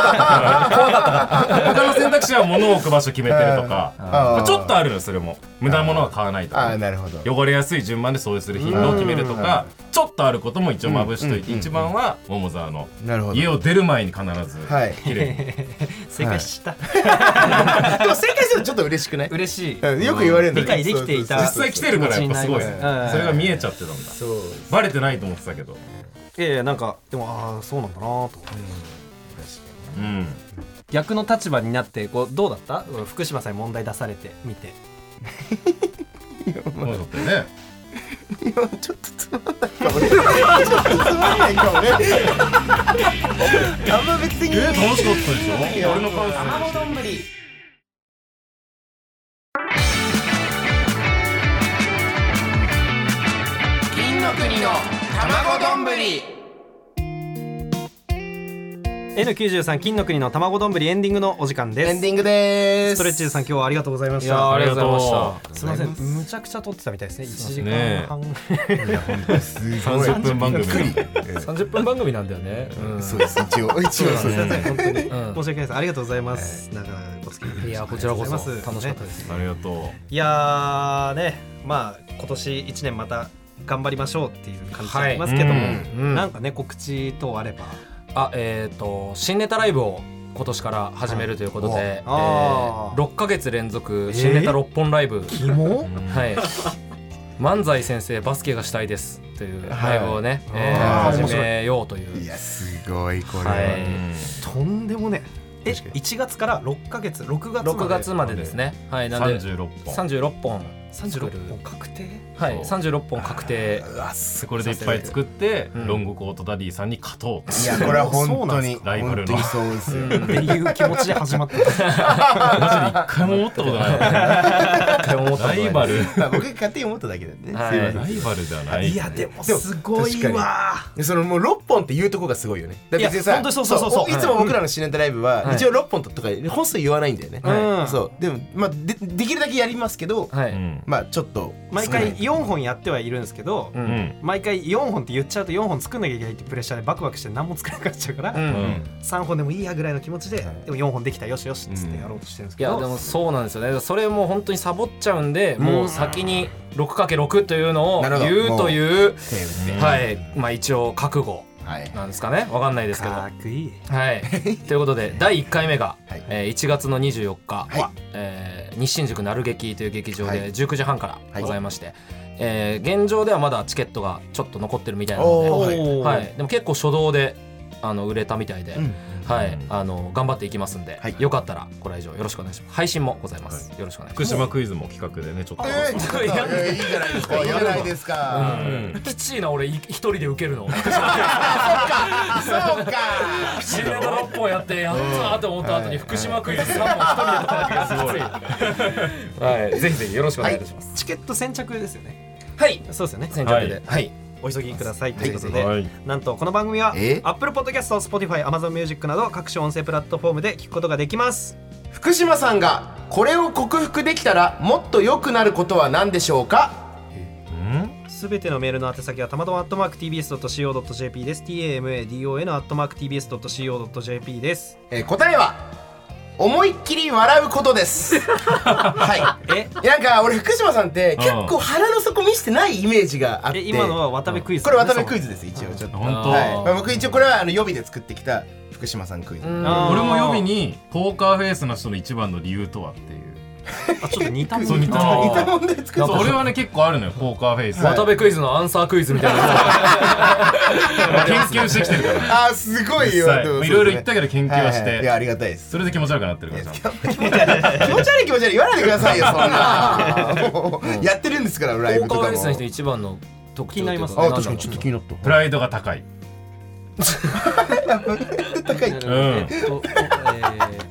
Speaker 5: 他の選択肢は物を置く場所決めてるとか
Speaker 3: ー
Speaker 5: ちょっとあるよそれも無駄なものは買わないと
Speaker 3: あ
Speaker 5: か
Speaker 3: あ、なるほど。
Speaker 5: 汚れやすい順番で掃除する頻度を決めるとかちょっとあることも一応まぶしといて一番は桃沢の
Speaker 3: なるほど。
Speaker 5: 家を出る前に必ず
Speaker 3: はい
Speaker 5: 綺麗に
Speaker 2: 正解した
Speaker 3: でも正解するとちょっと嬉しくない
Speaker 2: 嬉しい
Speaker 3: うんよく言われるんだ
Speaker 2: 理解できていた
Speaker 5: 実際来てるからやっぱすごい
Speaker 2: 気持ち
Speaker 5: ね
Speaker 2: になりますね
Speaker 5: それが見えちゃってたんだ
Speaker 3: そう。
Speaker 5: バレてないと思ってたけど
Speaker 2: いやいやなんかでもああそうなんだなと思って
Speaker 5: うん
Speaker 2: 逆の立場になってこうどうだった福島さんに問題出されてみて
Speaker 5: そうだったよね
Speaker 3: 今ちょっとないかもねあんま別に
Speaker 5: えー、楽しかったでしょ俺の感想
Speaker 4: 金の国の卵丼ぶり
Speaker 2: N93 金の国の卵丼エンディングのお時間です
Speaker 3: エンディングでーす
Speaker 2: ストレッチーズさん今日はありがとうございました
Speaker 4: ありがとうござい
Speaker 2: し
Speaker 4: ま
Speaker 2: たすみませんむちゃくちゃ撮ってたみたいですね1時間
Speaker 5: ね
Speaker 2: 半
Speaker 3: すごい
Speaker 5: 30分番組
Speaker 3: びっくり
Speaker 4: 30分番組なんだよね、
Speaker 3: そうです一応一 応そうですね
Speaker 2: 本当に申し 訳
Speaker 4: うん
Speaker 2: ないですありがとうございます長らくお付き合いいただき
Speaker 4: いやこちらこそ
Speaker 2: ありがとうございま
Speaker 4: 楽しかったです
Speaker 5: ありがと
Speaker 2: いやーねまあ今年1年また頑張りましょうっていう感じがありますけども、
Speaker 5: はい
Speaker 4: うん
Speaker 2: なんかね告知等あれば
Speaker 4: あえっ、と新ネタライブを今年から始めるということで、
Speaker 3: はい
Speaker 4: え
Speaker 2: あ
Speaker 4: ー、
Speaker 2: ー
Speaker 4: 6ヶ月連続新ネタ6本ライブ、
Speaker 3: キモ
Speaker 5: う、うん
Speaker 4: はい漫才先生バスケがしたいですというライブをね、え
Speaker 3: あー
Speaker 4: ー始めようという
Speaker 3: いやすごいこれ
Speaker 4: は
Speaker 3: はい
Speaker 2: とんでもねえ
Speaker 3: 確かに
Speaker 2: 1月から6ヶ月6月まで
Speaker 4: 6月までですねはいなんで
Speaker 5: 36
Speaker 4: 36
Speaker 5: 本
Speaker 4: 本作
Speaker 2: 36
Speaker 4: る
Speaker 2: 本確 定
Speaker 4: はい
Speaker 5: そう
Speaker 4: 36本確定
Speaker 3: うわす
Speaker 5: これでいっぱい作って、
Speaker 4: うん
Speaker 5: ロングコートダディさんに勝とう
Speaker 3: いやこれは本当に
Speaker 5: そうなんですかライバ
Speaker 3: 本
Speaker 5: ルの
Speaker 3: 当にそうですよ
Speaker 2: っていう気持ちで始まった
Speaker 5: マジで一回も思ったことない
Speaker 4: 一回も思ったこと
Speaker 5: ラ
Speaker 4: ない
Speaker 5: イバル
Speaker 3: まあ僕が勝手に思っただけなんでね
Speaker 4: はい
Speaker 3: すいません
Speaker 5: ライバルじゃな い
Speaker 2: いやでもすごい
Speaker 3: でも
Speaker 2: わ
Speaker 3: でそのもう6本って言うとこがすごいよねだって別にさ
Speaker 2: いや本当にそうそうそうそう
Speaker 3: いつも僕らの新ネタライブは、
Speaker 4: はい
Speaker 3: 一応6本とか本数言わないんだよね、
Speaker 2: はい
Speaker 3: そうでも、まあ、でできるだけやりますけど、
Speaker 4: はい、
Speaker 5: うん
Speaker 3: まあちょっと
Speaker 2: 毎
Speaker 3: 少ない
Speaker 2: 回4本やってはいるんですけど、
Speaker 4: う
Speaker 5: うんん
Speaker 2: 毎回4本って言っちゃうと4本作んなきゃいけないってプレッシャーでバクバクして何も作らなくなっちゃうから、
Speaker 5: うん
Speaker 4: うん
Speaker 2: 3本でもいいやぐらいの気持ちで、でも4本できたよしよしっつってやろうとしてるんです
Speaker 4: い
Speaker 2: けど、
Speaker 4: やでもそうなんですよねそれも本当にサボっちゃうんで、もう先に 6×6 というのを
Speaker 3: なるほど
Speaker 4: 言うという
Speaker 3: 手打って
Speaker 4: はいまあ一応覚悟
Speaker 3: はい
Speaker 4: なんですかねわかんないですけど
Speaker 2: かっこいい
Speaker 4: はい、 ということで第1回目が、
Speaker 3: はい
Speaker 4: えー1月の24日、
Speaker 3: はい
Speaker 4: えー日新宿なる劇という劇場
Speaker 3: はい
Speaker 4: で19時半から
Speaker 3: はい
Speaker 4: ございまして、えー現状ではまだチケットがちょっと残ってるみたいな
Speaker 3: お
Speaker 4: の
Speaker 3: ー
Speaker 4: で、はい、でも結構初動であの売れたみたいで、
Speaker 3: うん
Speaker 4: はい、あの頑張っていきますんで、
Speaker 3: はい
Speaker 4: よかったらご来場よろしくお願いします配信もございます、よろしくお願い
Speaker 5: 福
Speaker 4: しま
Speaker 5: 島クイズも企画でねちょっと、
Speaker 3: えーちょっといやいいじゃないですかいいじゃないですか、
Speaker 5: う
Speaker 4: す
Speaker 5: ん
Speaker 4: きちいな俺い一人で受 けるの
Speaker 3: そうか
Speaker 4: 新ネタ6本やってやったーと思った後に福島クイズ3本一人で解かなきゃいけないはい、ぜひぜひよろしくお願いいたします。
Speaker 2: チケット先着ですよね
Speaker 4: はい、
Speaker 2: そうですよね
Speaker 4: 先着で、
Speaker 5: は
Speaker 4: はい、
Speaker 2: お急ぎくださいということで、
Speaker 5: はい
Speaker 2: なんとこの番組は
Speaker 3: え
Speaker 2: Apple Podcast、Spotify、Amazon Music など各種音声プラットフォームで聞くことができます
Speaker 3: 福島さんがこれを克服できたらもっと良くなることは何でしょうか
Speaker 2: すべてのメールの宛先はたまどん @tbs.co.jp です tamadon.tbs.co.jp です
Speaker 3: えー答えは思いっきり笑うことですはい
Speaker 2: え
Speaker 3: なんか俺福島さんって結構腹の底見せてないイメージがあっ
Speaker 2: え
Speaker 3: て
Speaker 2: 今のは渡部クイズ
Speaker 3: これ渡辺クイズです一応ちょっと、
Speaker 5: 本当、
Speaker 3: はい
Speaker 4: あー
Speaker 3: まあ、僕一応これはあの予備で作ってきた福島さんクイズ、
Speaker 4: うん
Speaker 2: あー
Speaker 5: 俺も予備にポーカーフェイスの人の一番の理由とはっていう
Speaker 2: あちょっと似たもん
Speaker 5: そう似た
Speaker 4: あー
Speaker 3: 似た問題作
Speaker 5: そ
Speaker 3: っ
Speaker 5: う俺はね結構あるのよポーカーフェイス、
Speaker 3: はい
Speaker 4: 渡部クイズのアンサークイズみたいなのが。
Speaker 5: 研究してきてるから
Speaker 3: たあーすごい
Speaker 5: 実
Speaker 3: よ
Speaker 5: 際い
Speaker 3: でも
Speaker 5: ろ
Speaker 3: そうですね
Speaker 5: いろ言ったけど研究はし
Speaker 3: いいいや
Speaker 5: て
Speaker 3: ありがたいです
Speaker 5: それで気持ち悪くなってるからさ
Speaker 3: 気持ち悪い気持ち悪い気持ち悪い言わないでくださいよそんなもうやってるんですからライブと
Speaker 4: ポーカ
Speaker 3: か
Speaker 4: ーフェイ
Speaker 3: も
Speaker 4: スの人一番の特徴
Speaker 2: 気になります
Speaker 4: という
Speaker 2: ね
Speaker 3: あ
Speaker 4: か
Speaker 3: 確かにちょっと気になっ
Speaker 5: プライドが高い
Speaker 3: た高い
Speaker 2: なるほどえ
Speaker 5: うん
Speaker 2: っとえー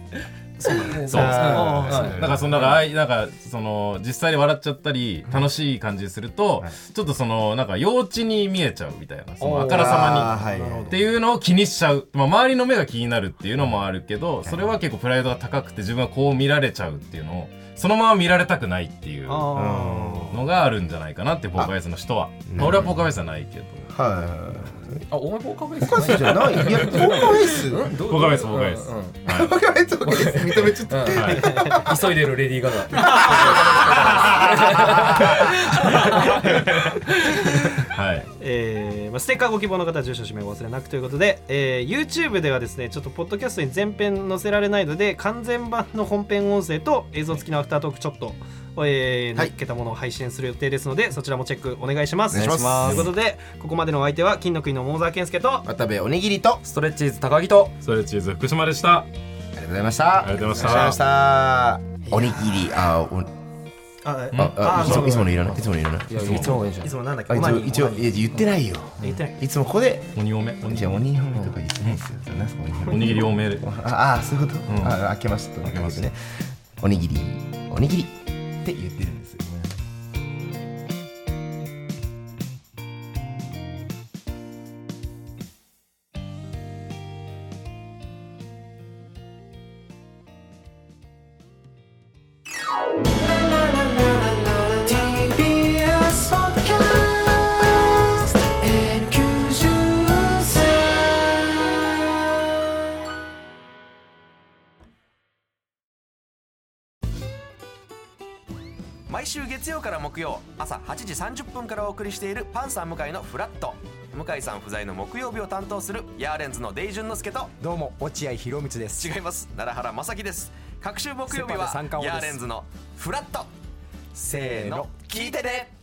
Speaker 2: そうなんです
Speaker 5: そう
Speaker 2: あー
Speaker 4: はい
Speaker 5: なんかそのなんかあいなんかその実際に笑っちゃったり楽しい感じにするとちょっとそのなんか幼稚に見えちゃうみたいなそのあからさ
Speaker 3: まに
Speaker 5: まにっていうのを気にしちゃうまあ周りの目が気になるっていうのもあるけどそれは結構プライドが高くて自分はこう見られちゃうっていうのをそのまま見られたくないっていうの
Speaker 2: あ
Speaker 5: があるんじゃないかなってポーカーフェイスの人はまあ俺はポーカーフェイスはないけど
Speaker 3: はい
Speaker 4: あ、お前ポーカーフェイス。ポーカー
Speaker 3: はいじゃないいやポーカーフェイスポ
Speaker 5: ポーカーフェイスポーカーフェイス
Speaker 3: ーカーフェイスポーカーフェイス認めちゃった
Speaker 4: ス。急いでるレディーガガ。
Speaker 5: はい
Speaker 2: えーまあ、ステッカーご希望の方は住所氏名を忘れなくということで、えー YouTube ではですねちょっとポッドキャストに全編載せられないので完全版の本編音声と映像付きのアフタートークちょっと、えー、
Speaker 3: は
Speaker 2: 乗
Speaker 3: い
Speaker 2: っけたものを配信する予定ですので、そちらもチェックお願いします
Speaker 3: お願いします
Speaker 2: ということでここまでのお相手は金の国の桃沢健介と
Speaker 3: 渡部おにぎりと
Speaker 4: ストレッチーズ高木と。
Speaker 5: それチーズ福島でした
Speaker 3: ありがとうございました
Speaker 5: ありがとうございました
Speaker 3: ありがとうございましたおにぎりあお
Speaker 2: あ
Speaker 3: ああいつ
Speaker 2: そう
Speaker 3: もいつものいらないいつものいらない
Speaker 9: いや言った方がいいんじゃ
Speaker 2: い
Speaker 9: ない
Speaker 2: つもなんだっ
Speaker 3: あ
Speaker 2: け
Speaker 3: いつも
Speaker 2: オナニー
Speaker 3: 一応
Speaker 2: オナニ
Speaker 3: いや言ってないよ
Speaker 2: ー言ってない
Speaker 3: いつもここで
Speaker 5: 鬼嫁鬼
Speaker 3: じゃあ鬼嫁とか言ってないですよ何ですか鬼
Speaker 5: お
Speaker 3: 嫁
Speaker 5: にぎり多めで
Speaker 3: ああそういうこと、
Speaker 5: うん
Speaker 3: あ開けました
Speaker 5: 開けました
Speaker 3: ねおにぎりおにぎりって言ってるんですよね
Speaker 4: 毎週月曜から木曜朝8時30分からお送りしているパンサー向井のフラット向井さん不在の木曜日を担当するヤーレンズのデイジュンの之介と
Speaker 8: どうも落合博満です
Speaker 4: 違います奈良原正樹です各週木曜日は
Speaker 8: セパで三冠王
Speaker 4: ヤー
Speaker 8: です
Speaker 4: レンズのフラットせーの聞いてね